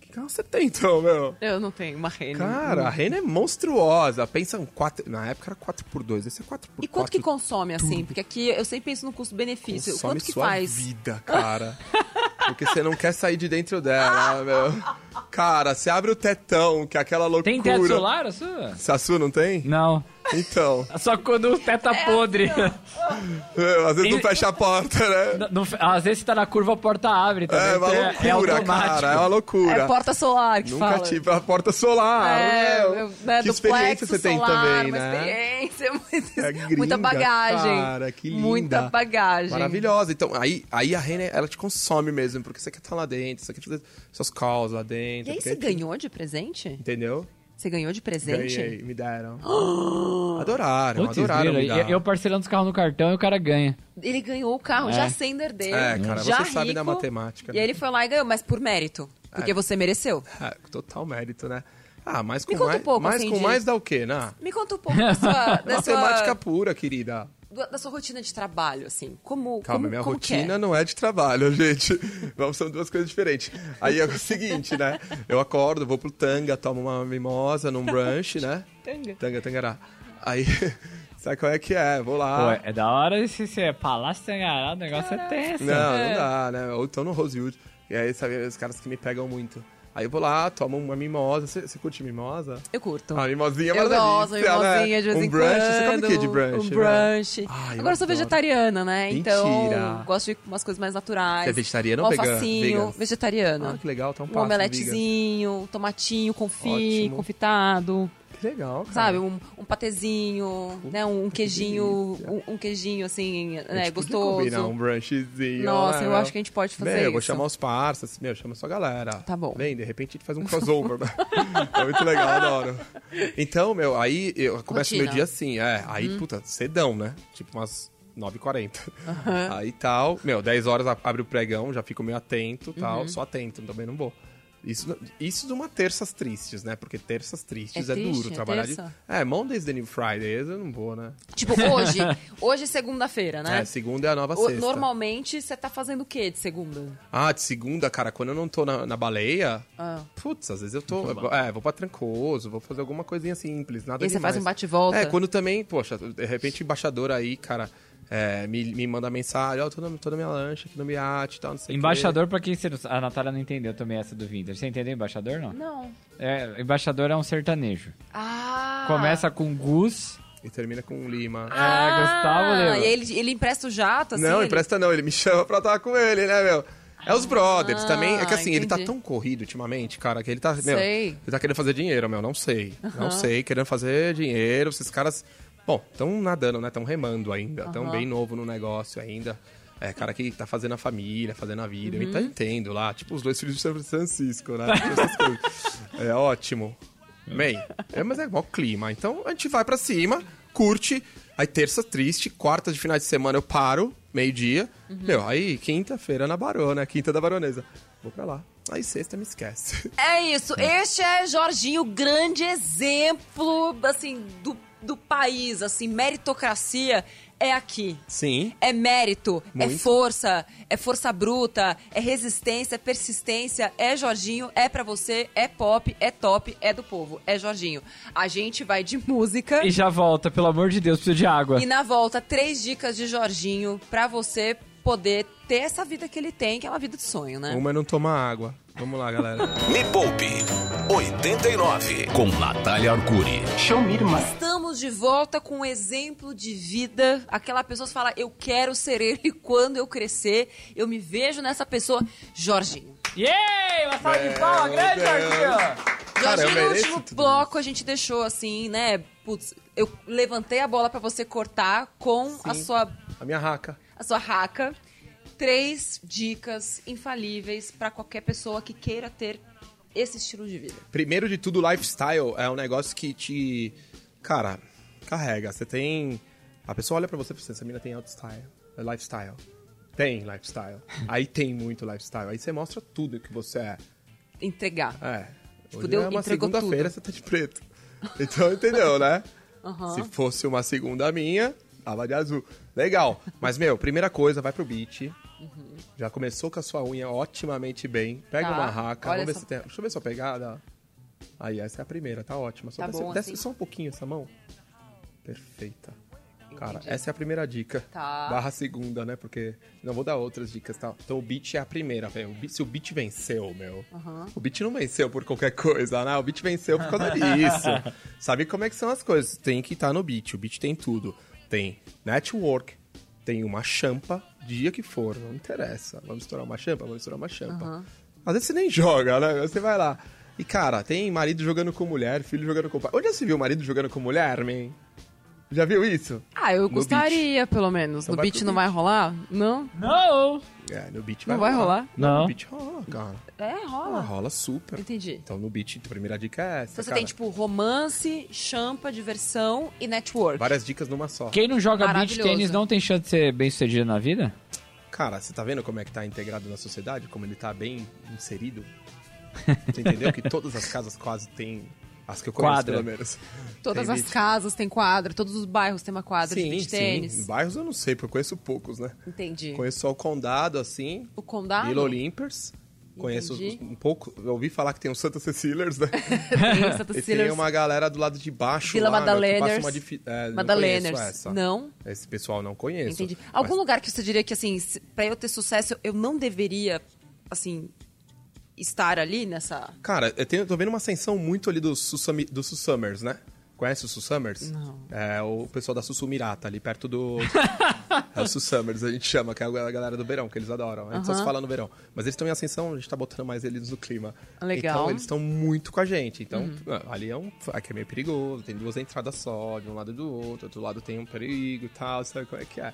Que carro você tem, então, meu?
Eu não tenho uma rena.
Cara, a Renner é monstruosa. Pensa um 4... Na época era 4x2, esse é 4x4.
E quanto que consome, assim? Porque aqui eu sempre penso no custo-benefício.
Consome
Quanto que
sua
faz?
vida, cara. Porque você não quer sair de dentro dela, meu. Cara, você abre o tetão, que é aquela loucura.
Tem teto solar a sua?
Sassu não tem?
Não.
Então.
Só quando o teto tá podre.
é, Às vezes não
Ele-
fecha a porta, né?
Não- não- às vezes você tá na curva, a porta abre também.
É uma
então
loucura,
automático.
cara. É uma loucura.
É porta solar que
Nunca
fala.
tive a porta solar.
É,
meu.
eu- né,
que
do
experiência
plexo
você tem
solar,
também,
uma
né?
experiência, muita,
É gringa,
muita bagagem.
cara, que linda.
Muita bagagem.
Maravilhosa. Então, aí, aí a Renner, ela te consome mesmo, porque você quer estar lá dentro, você quer fazer suas calls lá
E
dentro.
aí
porque-
você ganhou de presente?
Entendeu?
Você ganhou de presente?
Ganhei, me deram. adoraram,
Putz,
adoraram
grila,
me dar.
eu- eu parcelando os carros no cartão e o cara ganha.
Ele ganhou o carro,
É.
já sender dele.
É, cara,
já
você sabe
rico,
da matemática,
E
né? É.
ele foi lá e ganhou, mas por mérito. Porque você mereceu.
Ah, total mérito, né? Ah, mas com
Me conta
mais,
um pouco,
mas
assim,
com
de-
mais dá o quê, né?
Me conta um pouco da sua, da
Matemática
sua,
pura, querida.
do- da sua rotina de trabalho, assim. Como,
Calma,
como,
minha
como que é?
rotina não é de trabalho, gente. Vamos, são duas coisas diferentes. Aí é o seguinte, né? Eu acordo, vou pro Tanga, tomo uma mimosa num brunch, né?
Tanga?
Tanga, tangará. Aí, sabe qual é que é? Vou
Pô,
lá.
é da hora se você é palácio tangará, o negócio é tenso.
Não, não dá, né? Ou então no Rosewood. E aí, sabe, os caras que me pegam muito. Aí eu vou lá, tomo uma mimosa. Você você curte mimosa?
Eu curto.
Ah, mimosinha é
eu
maravilhosa.
gosto, mimosinha de vez
um
em
brunch,
quando.
você come o que de brunch?
Um
né?
brunch.
Ai, eu
Agora eu sou
adoro.
vegetariana, né? Então,
Mentira.
gosto de umas coisas mais naturais.
Você é vegetariana
um
ou vegana?
alfacinho,
Vegan.
vegetariana.
Ah, que legal, tá um
um
passo,
omeletezinho, um tomatinho, confit,
Ótimo. Ah.
confitado,
Que legal, cara.
sabe? Um, um patezinho, né? Um queijinho, um, um queiginho assim,
A gente
né?
podia
Gostoso.
combinar um brunchzinho.
Nossa,
né,
eu
meu?
acho que a gente pode fazer
Meu, eu vou
isso.
chamar os parças. Meu, chama sua galera.
Tá bom.
Vem, de repente a gente faz um crossover. é muito legal, adoro. Então, meu, aí eu começo
Rotina. Uhum.
meu dia assim, é. Aí, puta, cedão, né? Tipo umas 9h40. Aí tal. Meu, 10 horas a- abre o pregão, já fico meio atento tal.
Uhum.
Só atento, também não vou. Isso, isso de uma terças tristes, né? Porque terças tristes é,
É triste,
duro
é
trabalhar. de...
terça?
É, Mondays the New Fridays eu não vou, né?
Tipo, hoje, hoje é segunda-feira, né?
É, segunda é a nova
O-
sexta.
normalmente você tá fazendo o quê de segunda?
Ah, de segunda, cara, quando eu não tô na, na baleia,
Ah.
putz, às vezes eu tô. É, vou pra Trancoso, vou fazer alguma coisinha assim, simples, nada
E aí você faz
demais.
um bate-volta?
É, quando também, poxa, de repente o embaixador aí, cara, é, me, me manda mensagem, ó, tô, na, tô na minha lancha aqui no Miate e tal, não sei o quê.
Embaixador, pra quem você não... A Natália não entendeu também essa do Winter. Você entendeu embaixador, não?
Não.
É, embaixador é um sertanejo.
Ah!
Começa com Gus,
E termina com um Lima. É.
é, Gustavo
Ah, e
Lima.
ele, ele empresta o jato, assim?
não,
ele- Ah,
empresta não, ele me chama pra estar com ele, né, meu? É os brothers também. É que assim, ele tá
entendi.
tão corrido ultimamente, cara, que ele tá. Meu,
Sei.
Ele tá querendo fazer dinheiro, meu. Não sei. Não sei, querendo fazer dinheiro. Esses caras. Bom, tão nadando, né? Tão remando ainda. Tão bem novo no negócio ainda. É, cara que tá fazendo a família, fazendo a vida. Eu tá entendo lá. Tipo, os dois filhos de São Francisco, né? Tipo, essas coisas. É ótimo. Bem, é, mas é igual clima. Então a gente vai pra cima, curte. Aí terça triste, quarta de final de semana eu paro, meio-dia. Meu, aí quinta-feira na Barona, quinta da Baronesa. Vou pra lá. Aí sexta me esquece.
É isso. Este é Jorginho, grande exemplo, assim, do, do país, assim, meritocracia é aqui.
Sim.
É mérito, é
Muito.
força, é força bruta, é resistência, é persistência, é Jorginho, é pra você, é pop, é top, é do povo, é Jorginho. A gente vai de música
E já volta, pelo amor de Deus, preciso de água.
e na volta três dicas de Jorginho pra você poder ter essa vida que ele tem, que é uma vida de sonho, né?
Uma é não tomar água. Vamos lá, galera.
Me Poupe 89.
Com Natália Arcuri.
Estamos de volta com um exemplo de vida. Aquela pessoa que fala, eu quero ser ele quando eu crescer. Eu me vejo nessa pessoa. Jorginho.
Yay! Uma salva de
Meu
palmas, grande,
Deus.
Jorginho!
Cara, eu
Jorginho, no
mereço
é último
tudo
bloco, a gente deixou assim, né? Putz, eu levantei a bola pra você cortar com a sua,
A minha raca.
a sua raca. Três dicas infalíveis pra qualquer pessoa que queira ter esse estilo de vida.
Primeiro de tudo, lifestyle é um negócio que te. Cara, carrega. Você tem. A pessoa olha pra você e fala assim: essa mina tem lifestyle. Lifestyle. Tem lifestyle. Aí tem muito lifestyle. Aí você mostra tudo que você é.
Entregar.
É.
Tipo,
Hoje
deu-
é uma
entregou
segunda-feira, você tá de preto. Então, entendeu, né? Se fosse uma segunda minha, tava de azul. Legal. Mas, meu, primeira coisa, vai pro beat.
Uhum.
Já começou com a sua unha otimamente bem. Pega
Tá.
uma raca.
Olha
Vamos ver
só.
se tem... Deixa eu ver sua pegada. Aí, essa é a primeira, tá ótima. Só
Tá
desce,
bom,
desce
assim.
só um pouquinho essa mão. Perfeita. Cara, essa é a primeira dica.
Tá.
Barra segunda, né? Porque não vou dar outras dicas, tá? Então o beat é a primeira, velho. O beat- Se o beat venceu, meu. O beat não venceu por qualquer coisa, né? O beat venceu por causa disso. Sabe como é que são as coisas? Tem que estar no beat. O beat tem tudo. Tem network, tem uma champa, dia que for, não interessa. Vamos estourar uma champa? Vamos estourar uma champa. Às vezes você nem joga, né? Você vai lá. E, cara, tem marido jogando com mulher, filho jogando com pai. Onde já se viu marido jogando com mulher, man? Já viu isso?
Ah, eu
No
gostaria, pelo menos.
Então
no
vai
beat
pro
não
beat.
vai rolar? Não?
Não!
É, no beat
Não vai rolar?
Não.
Não.
No beat rola, cara.
É,
Ah,
rola.
rola super.
Entendi.
Então no beat, a primeira dica é essa.
Então você
cara.
tem, tipo, romance, champa, diversão e network.
Várias dicas numa só.
Quem não joga beach
Maravilhoso.
tênis não tem chance de ser bem sucedido na vida?
Cara, você tá vendo como é que tá integrado na sociedade? Como ele tá bem inserido? Você entendeu que todas as casas quase têm. As que eu conheço,
Quadra.
pelo menos.
Todas
Tem
as
beach.
casas têm quadra, todos os bairros têm uma quadra de beach
Em
tênis.
bairros eu não sei, porque eu conheço poucos, né?
Entendi.
Conheço só o Condado, assim.
O condado?
Vila Olympers. Conheço
Entendi.
um pouco. Eu ouvi falar que tem o Santa Cecilers, né?
Tem Santa
e tem
Cecília,
é uma galera do lado de baixo.
Vila
lá, né, que passa
Madaleners.
uma difi- é, não
Madaleners.
conheço essa.
Não?
Esse pessoal não conheço.
Entendi.
Mas
Algum lugar que você diria que, assim, se- pra eu ter sucesso, eu não deveria, assim, estar ali nessa...
Cara, eu tenho- tô vendo uma ascensão muito ali do, Susami, do Susummers, né? Conhece o Susummers?
Não.
É o pessoal da Sussumirata, ali perto do. é o Susummers, a gente chama, que é a galera do verão, que eles adoram. A gente só se
Aham.
fala no verão. Mas eles estão em ascensão, a gente tá botando mais eles no clima.
Legal. Uhum.
Então eles estão muito com a gente. Então, ah, ali é um. Aqui é meio perigoso, tem duas entradas só, de um lado e do outro, do outro lado tem um perigo e tal, sabe como é que é?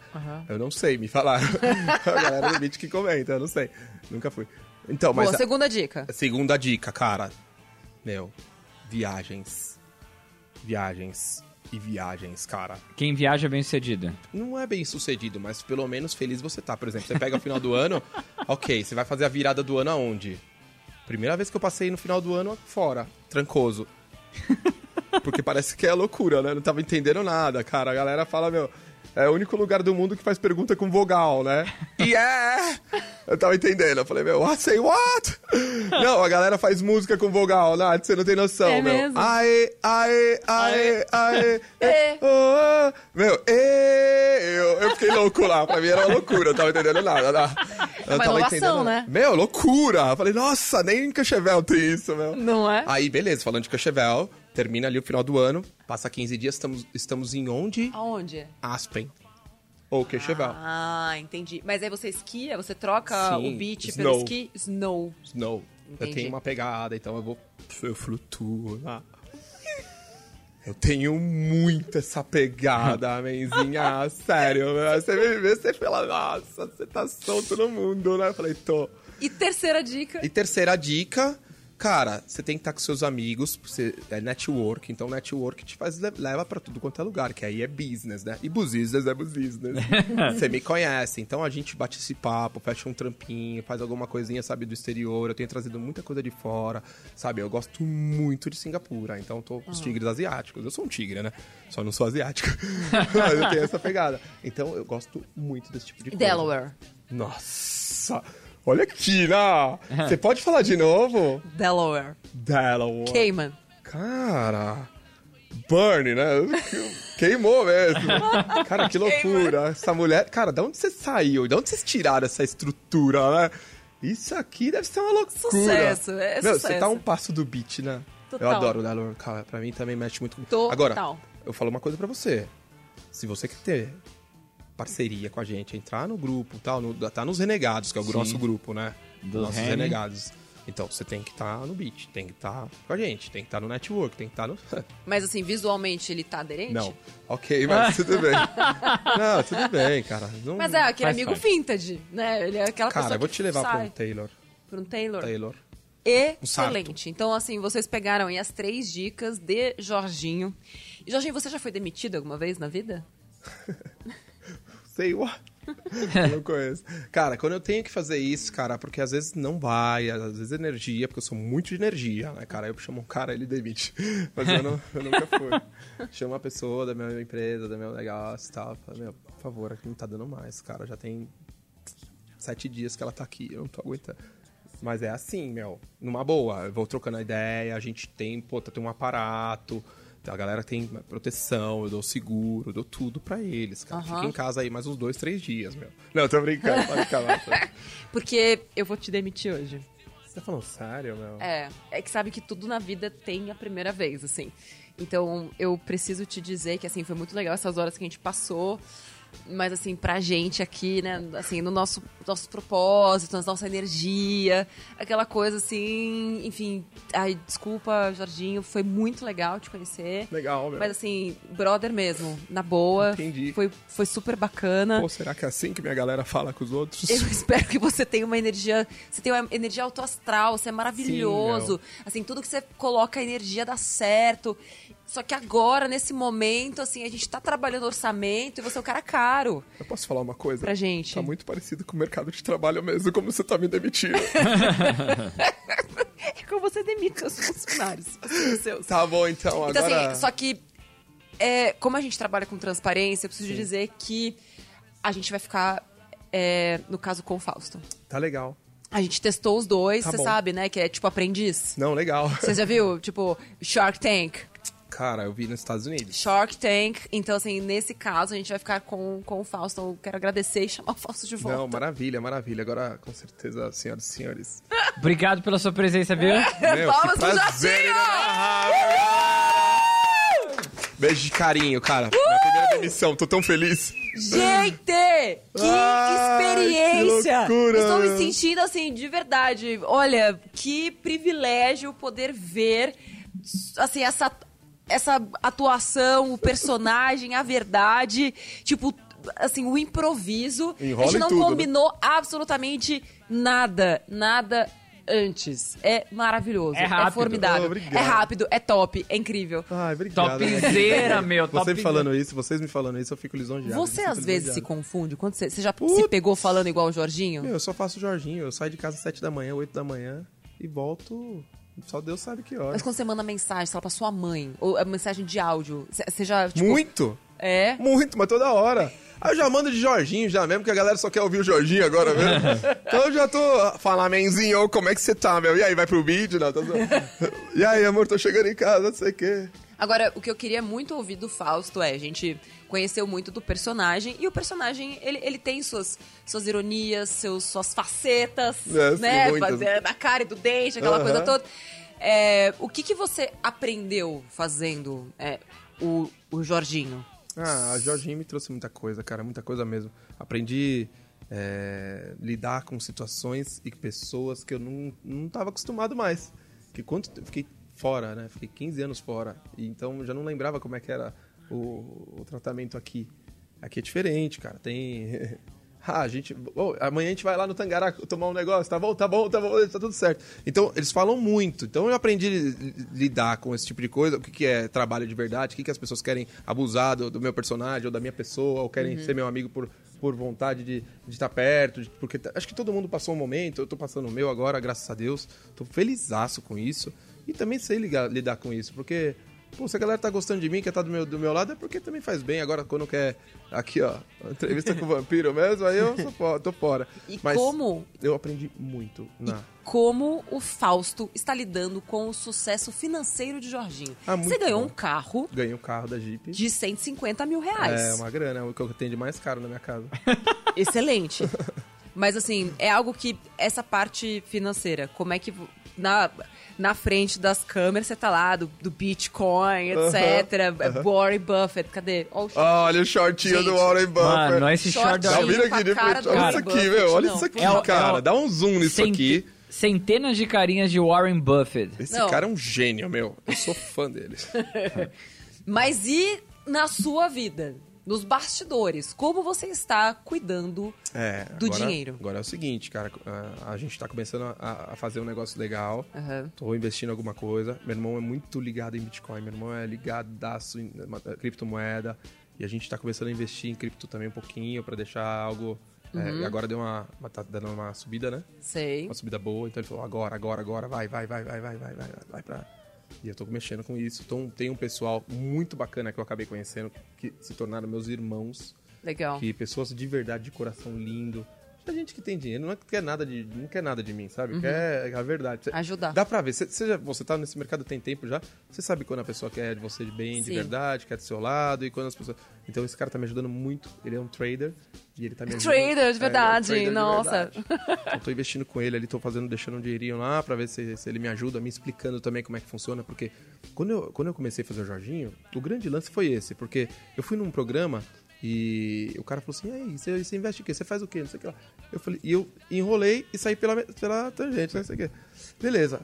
Eu não sei, me falaram. a galera do beat que comenta, eu não sei. Nunca fui. Então, mas.
Boa, segunda dica.
Segunda dica, cara. Meu, viagens. Viagens e viagens, cara.
Quem viaja é bem sucedido.
Não é bem sucedido, mas pelo menos feliz você tá. Por exemplo, você pega o final do ano, ok, você vai fazer a virada do ano aonde? Primeira vez que eu passei no final do ano fora, trancoso. Porque parece que é loucura, né? Não tava entendendo nada, cara. A galera fala, meu, é o único lugar do mundo que faz pergunta com vogal, né? E é! Eu tava entendendo. Eu falei, meu, what? Say what? Não, a galera faz música com vogal, Nath, você não tem noção,
É
meu.
mesmo?
Aê, aê, aê, aê, aê, oh, oh. Meu, ê, eu, eu fiquei louco lá. Pra mim era uma loucura, eu tava entendendo nada. nada. Eu
uma inovação, né?
Meu, loucura! Eu falei, nossa, nem em Cachevel tem isso, meu.
Não é?
Aí, beleza, falando de Cochevel, termina ali o final do ano, passa 15 dias, estamos, estamos em onde?
Aonde?
Aspen. Ou Cochevel.
Ah, entendi. Mas aí você esquia, você troca
Sim,
o beat
snow.
pelo esqui? Snow.
Snow. Eu
Entendi.
tenho uma pegada, então eu vou. Eu flutuo lá. Eu tenho muito essa pegada, amenzinha. sério, meu. Você me vê, você fala, nossa, você tá solto no mundo, né? Eu falei, tô.
E terceira dica.
E terceira dica, cara, você tem que estar com seus amigos, você, é network, então network te faz le- leva pra tudo quanto é lugar, que aí é business, né? E business é business. você me conhece, então a gente bate esse papo, fecha um trampinho, faz alguma coisinha, sabe, do exterior. Eu tenho trazido muita coisa de fora, sabe? Eu gosto muito de Singapura, então eu tô com os tigres asiáticos. Eu sou um tigre, né? Só não sou asiático. Mas eu tenho essa pegada. Então eu gosto muito desse tipo de coisa.
Delaware.
Nossa! Olha aqui, né? Você pode falar de novo?
Delaware.
Delaware.
Cayman.
Cara! Burn, né? Queimou mesmo. Cara, que loucura. Essa mulher... Cara, de onde você saiu? De onde vocês tiraram essa estrutura, né? Isso aqui deve ser uma loucura.
Sucesso, é
Meu,
sucesso.
você tá um passo do beat, né? Eu
Total.
adoro Delaware, cara. Pra mim também mexe muito com...
Total.
Agora, eu falo uma coisa pra você. Se você quer ter parceria com a gente, entrar no grupo e tal, no, tá nos Renegados, que é o
Sim.
nosso grupo, né?
Dos
Nossos
Rene.
Renegados. Então, você tem que estar no beat, tem que estar com a gente, tem que estar no network, tem que estar no...
Mas assim, visualmente ele tá aderente?
Não. Ok, mas tudo bem. Não, tudo bem, cara. Não...
Mas é aquele
Faz
amigo
parte.
vintage, né? Ele é aquela
Cara,
pessoa
eu vou
que
te levar pra
sai
um Taylor.
pra um Taylor.
Taylor. Um sarto.
Excelente. então, assim, vocês pegaram aí as três dicas de Jorginho. E, Jorginho, você já foi demitido alguma vez na vida?
Sei what? Eu não conheço. Cara, quando eu tenho que fazer isso, cara, porque às vezes não vai, às vezes é energia, porque eu sou muito de energia, né, cara? Eu chamo um cara, ele demite. Mas eu, não- eu nunca fui. Chamo uma pessoa da minha empresa, do meu negócio e tal. Fala, meu, por favor, aqui não tá dando mais, cara. Já tem sete dias que ela tá aqui, eu não tô aguentando. Mas é assim, meu, numa boa. Eu vou trocando a ideia, a gente tem, pô, tem um aparato, a galera tem proteção, eu dou seguro, eu dou tudo pra eles, cara.
Aham.
Fica em casa aí mais uns dois, três dias, meu. Não, tô brincando, pode ficar lá. Você
Porque eu vou te demitir hoje.
tá falando sério, meu?
É, é que sabe que tudo na vida tem a primeira vez, assim. Então, eu preciso te dizer que, assim, foi muito legal essas horas que a gente passou. Mas assim, pra gente aqui, né? Assim, no nosso, nosso propósito, na nossa energia, aquela coisa assim, enfim. Ai, desculpa, Jorginho, foi muito legal te conhecer.
Legal, meu.
Mas assim, brother mesmo, na boa.
Entendi.
Foi, foi super bacana.
Pô, será que é assim que minha galera fala com os outros?
ah. Eu espero que você tenha uma energia. Você tenha uma energia autoastral, você é maravilhoso. assim, tudo que você coloca a energia dá certo. Só que agora, nesse momento, assim, a gente tá trabalhando orçamento e você é um cara caro
Eu posso falar uma coisa?
pra gente.
Tá muito parecido com o mercado de trabalho mesmo, como você tá me demitindo.
É como você demite os funcionários. os seus.
tá bom, então,
Então,
agora...
assim, só que é, como a gente trabalha com transparência, eu preciso dizer que a gente vai ficar, é, no caso, com o Fausto.
Tá legal.
A gente testou os dois,
Tá
você
bom.
sabe, né? Que é tipo aprendiz.
Não, legal.
Você já viu? Tipo, Shark Tank.
Cara, eu vi nos Estados Unidos.
Shark Tank. Então, assim, nesse caso, a gente vai ficar com, com o Fausto. Então, Eu quero agradecer e chamar o Fausto de volta.
Não, maravilha, maravilha. Agora, com certeza, senhoras e senhores.
Obrigado pela sua presença, viu?
Meu,
Palmas
que
pro
prazer
Jorginho!
inenarrável, galera! Beijo de carinho, cara.
Uh!
Minha primeira demissão, tô tão feliz.
Gente! Que
Ai,
experiência!
que loucura!
Estou me sentindo, assim, de verdade. Olha, que privilégio poder ver, assim, essa, essa atuação, o personagem, a verdade. Tipo, assim, o improviso.
Enrola
a gente
em
não
tudo, né?
combinou absolutamente nada, nada antes. É maravilhoso.
É rápido.
formidável.
Obrigado.
é rápido, é top, é incrível.
Ai, obrigado. né?
Topzera, meu.
Você me
topzera.
falando isso, vocês me falando isso, eu fico lisonjeado.
Você
eu fico
às vezes se
lisonjeado.
confunde? Quando você, você já
tá Putz.
se pegou falando igual o Jorginho?
Meu, eu só faço o Jorginho. Eu saio de casa às 7 da manhã, 8 da manhã e volto. Só Deus sabe que hora.
Mas quando você manda mensagem, sei lá, pra sua mãe, ou é mensagem de áudio, você- você já, tipo,
Muito!
é?
Muito, mas toda hora. Aí eu já mando de Jorginho já mesmo, que a galera só quer ouvir o Jorginho agora mesmo. então eu já tô. Fala, menzinho, ô, como é que você tá, meu? E aí, vai pro vídeo? Não, tô... zoando. e aí, amor, tô chegando em casa, não sei o quê.
Agora, o que eu queria muito ouvir do Fausto é, a gente conheceu muito do personagem, e o personagem, ele, ele tem suas, suas ironias, seus, suas facetas,
É, sim,
né?
muitas.
Fazer da cara e do dente, aquela
Aham.
coisa toda. É, o que que você aprendeu fazendo é, o, o Jorginho?
Ah, a Jorginho me trouxe muita coisa, cara, muita coisa mesmo. Aprendi é, lidar com situações e pessoas que eu não, não tava acostumado mais. Que quanto eu fiquei fora, né? Fiquei 15 anos fora. E então eu já não lembrava como é que era o, o tratamento aqui. Aqui é diferente, cara. Tem. Ah, a gente. Bom, amanhã a gente vai lá no Tangará tomar um negócio. Tá bom, tá bom, tá bom, tá tudo certo. Então, eles falam muito. Então, eu aprendi a lidar com esse tipo de coisa. O que, que é trabalho de verdade? O que, que as pessoas querem abusar do, do meu personagem ou da minha pessoa? Ou querem ser meu amigo por, por vontade de estar de tá perto? de- porque t- acho que todo mundo passou um momento. Eu tô passando o meu agora, graças a Deus. Tô felizaço com isso. E também sei ligar- lidar com isso, porque. Pô, se a galera tá gostando de mim, quer tá do meu, do meu lado, é porque também faz bem. Agora, quando quer. Aqui, ó, entrevista com o vampiro mesmo, aí eu sou fo- tô fora.
E como
Eu aprendi muito na.
como o Fausto está lidando com o sucesso financeiro de Jorginho.
Ah, muito
Você ganhou
bom.
um carro
Ganhei o carro da Jeep.
de 150 mil reais.
É uma grana, é o que eu tenho de mais caro na minha casa.
Excelente. Mas assim, é algo que. Essa parte financeira, como é que. vo- Na, na frente das câmeras, você tá lá, do, do Bitcoin, etc. Warren Buffett, cadê? Ó, o short.
Olha o shortinho
Gente,
do Warren Buffett.
Mano, esse short
Shortinho
Dá,
aí.
um vira aqui de
com a cara
frente.
do
Olha
Warren
isso aqui,
Buffett,
velho. Olha
não,
isso aqui,
por favor.
É o- é
cara.
o-
Dá um zoom nisso
Centen-
aqui.
Centenas de carinhas de Warren Buffett.
Esse
Não.
cara é um gênio, meu. Eu sou fã dele.
Mas e na sua vida? Nos bastidores, como você está cuidando
É,
do
agora-
dinheiro?
Agora é o seguinte, cara. a- A, gente tá começando a, a fazer um negócio legal.
Aham.
Tô investindo em alguma coisa. Meu irmão é muito ligado em Bitcoin. Meu irmão é ligadaço em ma- eh, criptomoeda. E a gente tá começando a investir em cripto também um pouquinho pra deixar algo. é,
Uhum.
e agora deu uma. uma- Tá dando uma subida, né?
Sei.
Uma subida boa. Então ele falou: agora, agora, agora, vai, vai, vai, vai, vai, vai, vai, vai, vai pra. E eu tô mexendo com isso. Então tem um pessoal muito bacana que eu acabei conhecendo, que se tornaram meus irmãos
Legal.
que pessoas de verdade, de coração lindo. A gente que tem dinheiro não é que quer nada de, não quer nada de mim, sabe? Quer a verdade. Cê-
Uhum. Ajudar.
Dá pra ver. Cê, cê já- você tá nesse mercado tem tempo já. Você sabe quando a pessoa quer de você de bem, de
Sim.
verdade, quer do seu lado. E quando as pessoas. Então esse cara tá me ajudando muito. Ele é um trader. E ele tá me ajudando.
Trader, de
É, ele é um
verdade,
de
nossa.
verdade. Eu tô investindo com ele ali, tô fazendo, deixando um dinheirinho lá pra ver se, se ele me ajuda, me explicando também como é que funciona, porque quando eu, quando eu comecei a fazer o Jorginho, o grande lance foi esse, porque eu fui num programa E o cara falou assim: e aí, você, você investe o quê? Você faz o quê? Não sei o que lá. Eu falei, e eu enrolei e saí pela, pela tangente, não sei o quê. Beleza.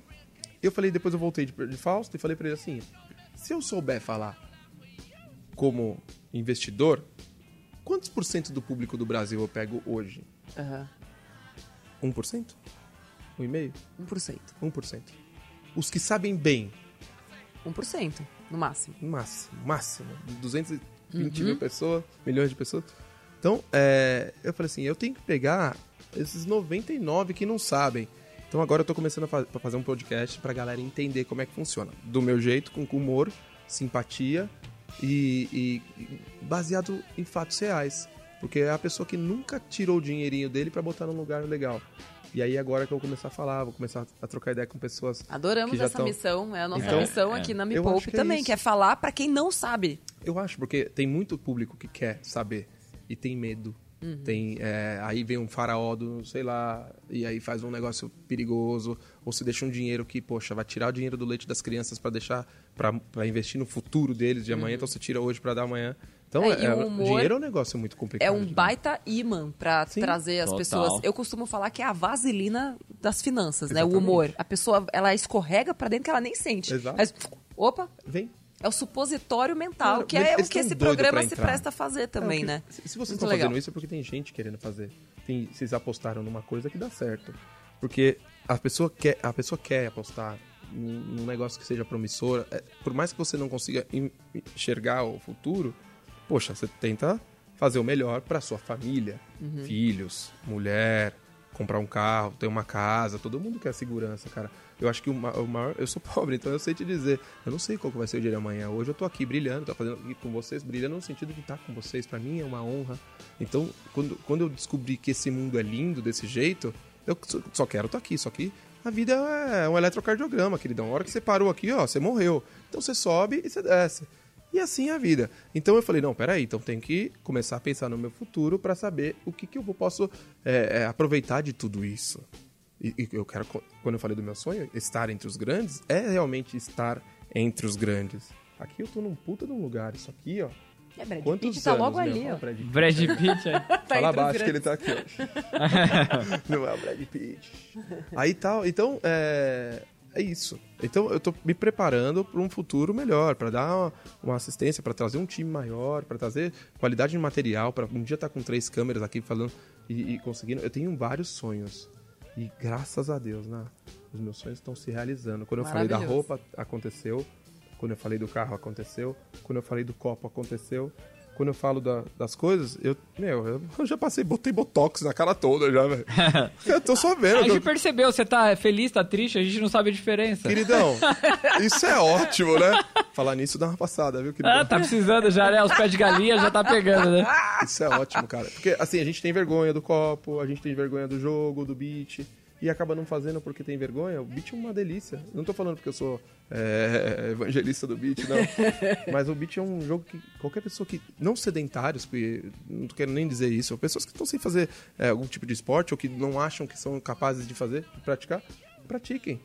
Eu falei, depois eu voltei de, de Fausto e falei pra ele assim: se eu souber falar como investidor, quantos por cento do público do Brasil eu pego hoje?
Aham.
1%? 1,5%?
1%.
1%. Os que sabem bem,
1%, no máximo.
no máximo, máximo, 220
Uhum.
mil pessoas, milhões de pessoas. Então, é, eu falei assim, eu tenho que pegar esses 99 que não sabem. Então agora eu tô começando a fa- pra fazer um podcast pra galera entender como é que funciona. Do meu jeito, com com humor, simpatia e, e- e baseado em fatos reais. Porque é a pessoa que nunca tirou o dinheirinho dele pra botar num lugar legal. E aí agora que eu vou começar a falar, vou começar a trocar ideia com pessoas que
Adoramos
já
essa
tão-
missão, é a nossa
Então,
missão aqui na Me
eu acho
Poupe
que é
também,
isso.
que é falar pra quem não sabe.
Eu acho, porque tem muito público que quer saber e tem medo.
Uhum.
Tem, é, aí vem um faraó do, sei lá, e aí faz um negócio perigoso, ou se deixa um dinheiro que, poxa, vai tirar o dinheiro do leite das crianças pra deixar pra pra investir no futuro deles de amanhã, então você tira hoje pra dar amanhã. Então,
Uhum. É, e
é,
o humor
dinheiro é um negócio muito complicado.
É um
né?
baita imã pra
Sim.
trazer as
Total.
pessoas. Eu costumo falar que é a vaselina das finanças, né? O
Exatamente.
humor. A pessoa, ela escorrega pra dentro que ela nem sente.
Exato.
Mas, opa,
Vem.
é o supositório mental,
Cara,
que é
eles
o que
tão
esse
um doido
programa
pra
se
entrar.
presta a fazer também,
É, o que-
né?
Se, se vocês
Muito
estão
legal.
fazendo isso é porque tem gente querendo fazer. Tem, vocês apostaram numa coisa que dá certo. Porque a pessoa quer, a pessoa quer apostar num num negócio que seja promissor. É, por mais que você não consiga en- enxergar o futuro, poxa, você tenta fazer o melhor para sua família,
Uhum.
filhos, mulher, comprar um carro, ter uma casa. Todo mundo quer segurança, cara. Eu acho que o, ma- o maior. Eu sou pobre, então eu sei te dizer. Eu não sei qual que vai ser o dia de amanhã. Hoje eu tô aqui brilhando, tô fazendo e com vocês, brilhando no sentido de estar com vocês. Pra mim é uma honra. Então, quando, quando eu descobri que esse mundo é lindo desse jeito, eu só- só quero estar aqui. Só que a vida é um eletrocardiograma, queridão. A hora que você parou aqui, ó, você morreu. Então você sobe e você desce. E assim é a vida. Então eu falei, não, peraí, então tenho que começar a pensar no meu futuro para saber o que, que eu vou- posso é, é, aproveitar de tudo isso. E, e eu quero, co- quando eu falei do meu sonho, estar entre os grandes, é realmente estar entre os grandes. Aqui eu tô num puta de um lugar, isso aqui, ó.
É, Brad
Quantos
Pitt tá
anos,
logo
meu?
ali,
Fala,
ó.
Brad Pitt.
Brad Pitt aí.
Fala
entre os
abaixo que ele
grandes.
tá aqui, ó. Não é o Brad Pitt. Aí tal, então é, é isso. Então eu tô me preparando para um futuro melhor, para dar uma, uma assistência, para trazer um time maior, para trazer qualidade de material, para um dia estar com três câmeras aqui falando e, e conseguindo. Eu tenho vários sonhos. E graças a Deus, né? Os meus sonhos estão se realizando. Quando eu falei da
Maravilhoso.
roupa, aconteceu. Quando eu falei do carro, aconteceu. Quando eu falei do copo, aconteceu. Quando eu falo da- das coisas, eu, meu, eu já passei, botei botox na cara toda já, velho. Eu tô só vendo.
A
que eu-
gente percebeu, você tá feliz, tá triste, a gente não sabe a diferença.
Queridão, isso é ótimo, né? Falar nisso dá uma passada, viu, queridão?
Ah, tá precisando já, né? Os pés de galinha já tá pegando, né?
Isso é ótimo, cara. Porque, assim, a gente tem vergonha do copo, a gente tem vergonha do jogo, do beat. E acaba não fazendo porque tem vergonha. O beat é uma delícia. Não tô falando porque eu sou é, evangelista do beat, não. Mas o beat é um jogo que qualquer pessoa que. Não sedentários, porque não quero nem dizer isso. Pessoas que estão sem fazer é, algum tipo de esporte ou que não acham que são capazes de fazer, de praticar, pratiquem.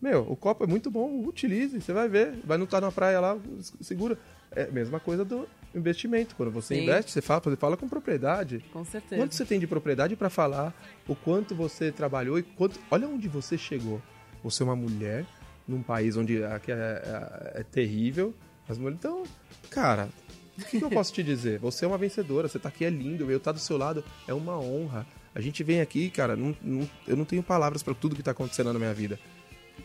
Meu, o copo é muito bom, utilize, você vai ver. Vai não estar na praia lá, s- segura. É a mesma coisa do investimento. Quando você
Sim.
investe, você fala, você fala com propriedade.
Com certeza.
Quanto você tem de propriedade para falar o quanto você trabalhou e quanto. Olha onde você chegou. Você é uma mulher num país onde aqui é, é- é terrível. As mulheres. Então, cara, o que, que eu posso te dizer? Você é uma vencedora, você tá aqui, é lindo, eu tá do seu lado, é uma honra. A gente vem aqui, cara, não- não- eu não tenho palavras para tudo que tá acontecendo na minha vida.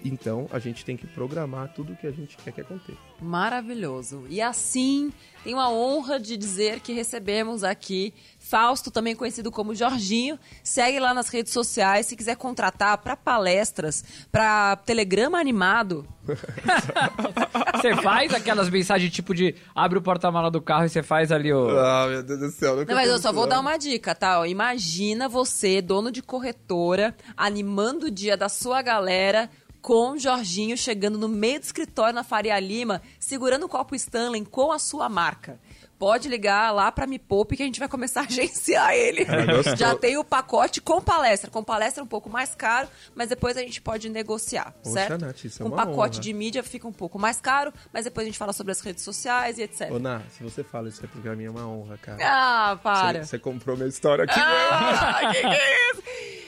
Então, a gente tem que programar tudo o que a gente quer que aconteça.
Maravilhoso. E assim, tenho a honra de dizer que recebemos aqui Fausto, também conhecido como Jorginho. Segue lá nas redes sociais se quiser contratar para palestras, para telegrama animado.
Você faz aquelas mensagens tipo de abre o porta-mala do carro e você faz ali o.
Ah, meu Deus do céu.
Não, mas eu só vou dar uma dica, tá? Ó, imagina você, dono de corretora, animando o dia da sua galera com o Jorginho chegando no meio do escritório na Faria Lima, segurando o copo Stanley com a sua marca. pode ligar lá pra Me Poupe que a gente vai começar a agenciar ele.
Ela gostou.
Já tem o pacote com palestra. Com palestra é um pouco mais caro, mas depois a gente pode negociar,
Poxa,
certo?
Nath, isso é
com
uma
pacote
honra.
de mídia fica um pouco mais caro, mas depois a gente fala sobre as redes sociais e etc.
Ô, Ná, se você fala isso é porque pra mim é uma honra, cara.
Ah, para.
Você, você comprou minha história aqui.
Ah, que que é isso?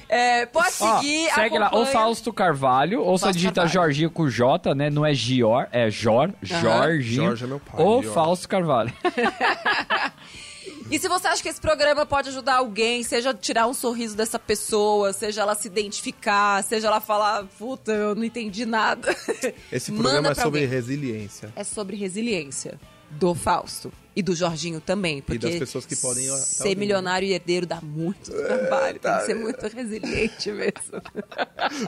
É, pode
Ó,
seguir,
segue lá, ou
acompanha.
Fausto Carvalho, ou só
Fausto
digita
Carvalho.
Jorginho com J, né? Não é Gior, é Jor, Jorginho.
Jorge é meu pai,
Ou
Gior.
Fausto Carvalho.
E se você acha que esse programa pode ajudar alguém, seja tirar um sorriso dessa pessoa, seja ela se identificar, seja ela falar, puta, eu não entendi nada.
Esse
Manda
programa é
pra
sobre
alguém.
resiliência.
É sobre resiliência do Fausto e do Jorginho também, porque
das pessoas que podem estar
ser
ouvindo. É, tá.
milionário e herdeiro dá muito trabalho, tem que ser muito resiliente mesmo.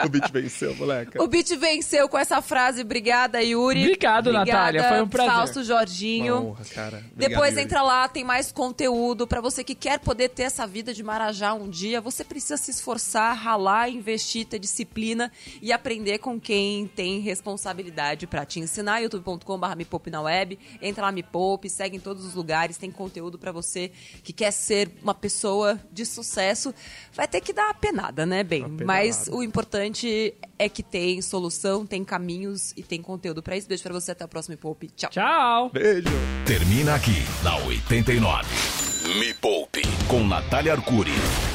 O beat venceu, moleca.
O Beat venceu com essa frase, obrigada Yuri.
Obrigado,
Obrigada,
Natália, foi um prazer.
Fausto Jorginho.
Uma honra, cara. Obrigado,
Depois
Yuri.
entra lá, tem mais conteúdo pra você que quer poder ter essa vida de marajá um dia. Você precisa se esforçar, ralar, investir, ter disciplina e aprender com quem tem responsabilidade pra te ensinar. youtube.com.br me poupe na web. Entra lá, me poupe, segue em todos os lugares. Tem conteúdo pra você que quer ser uma pessoa de sucesso. Vai ter que dar a penada, né, bem?
Uma
Mas
pedalada.
o importante é que tem solução, tem caminhos e tem conteúdo pra isso. Beijo pra você, até o próximo Me Poupe. Tchau.
Tchau.
Beijo.
Termina aqui, na 89.
Me poupe.
Com Natália Arcuri.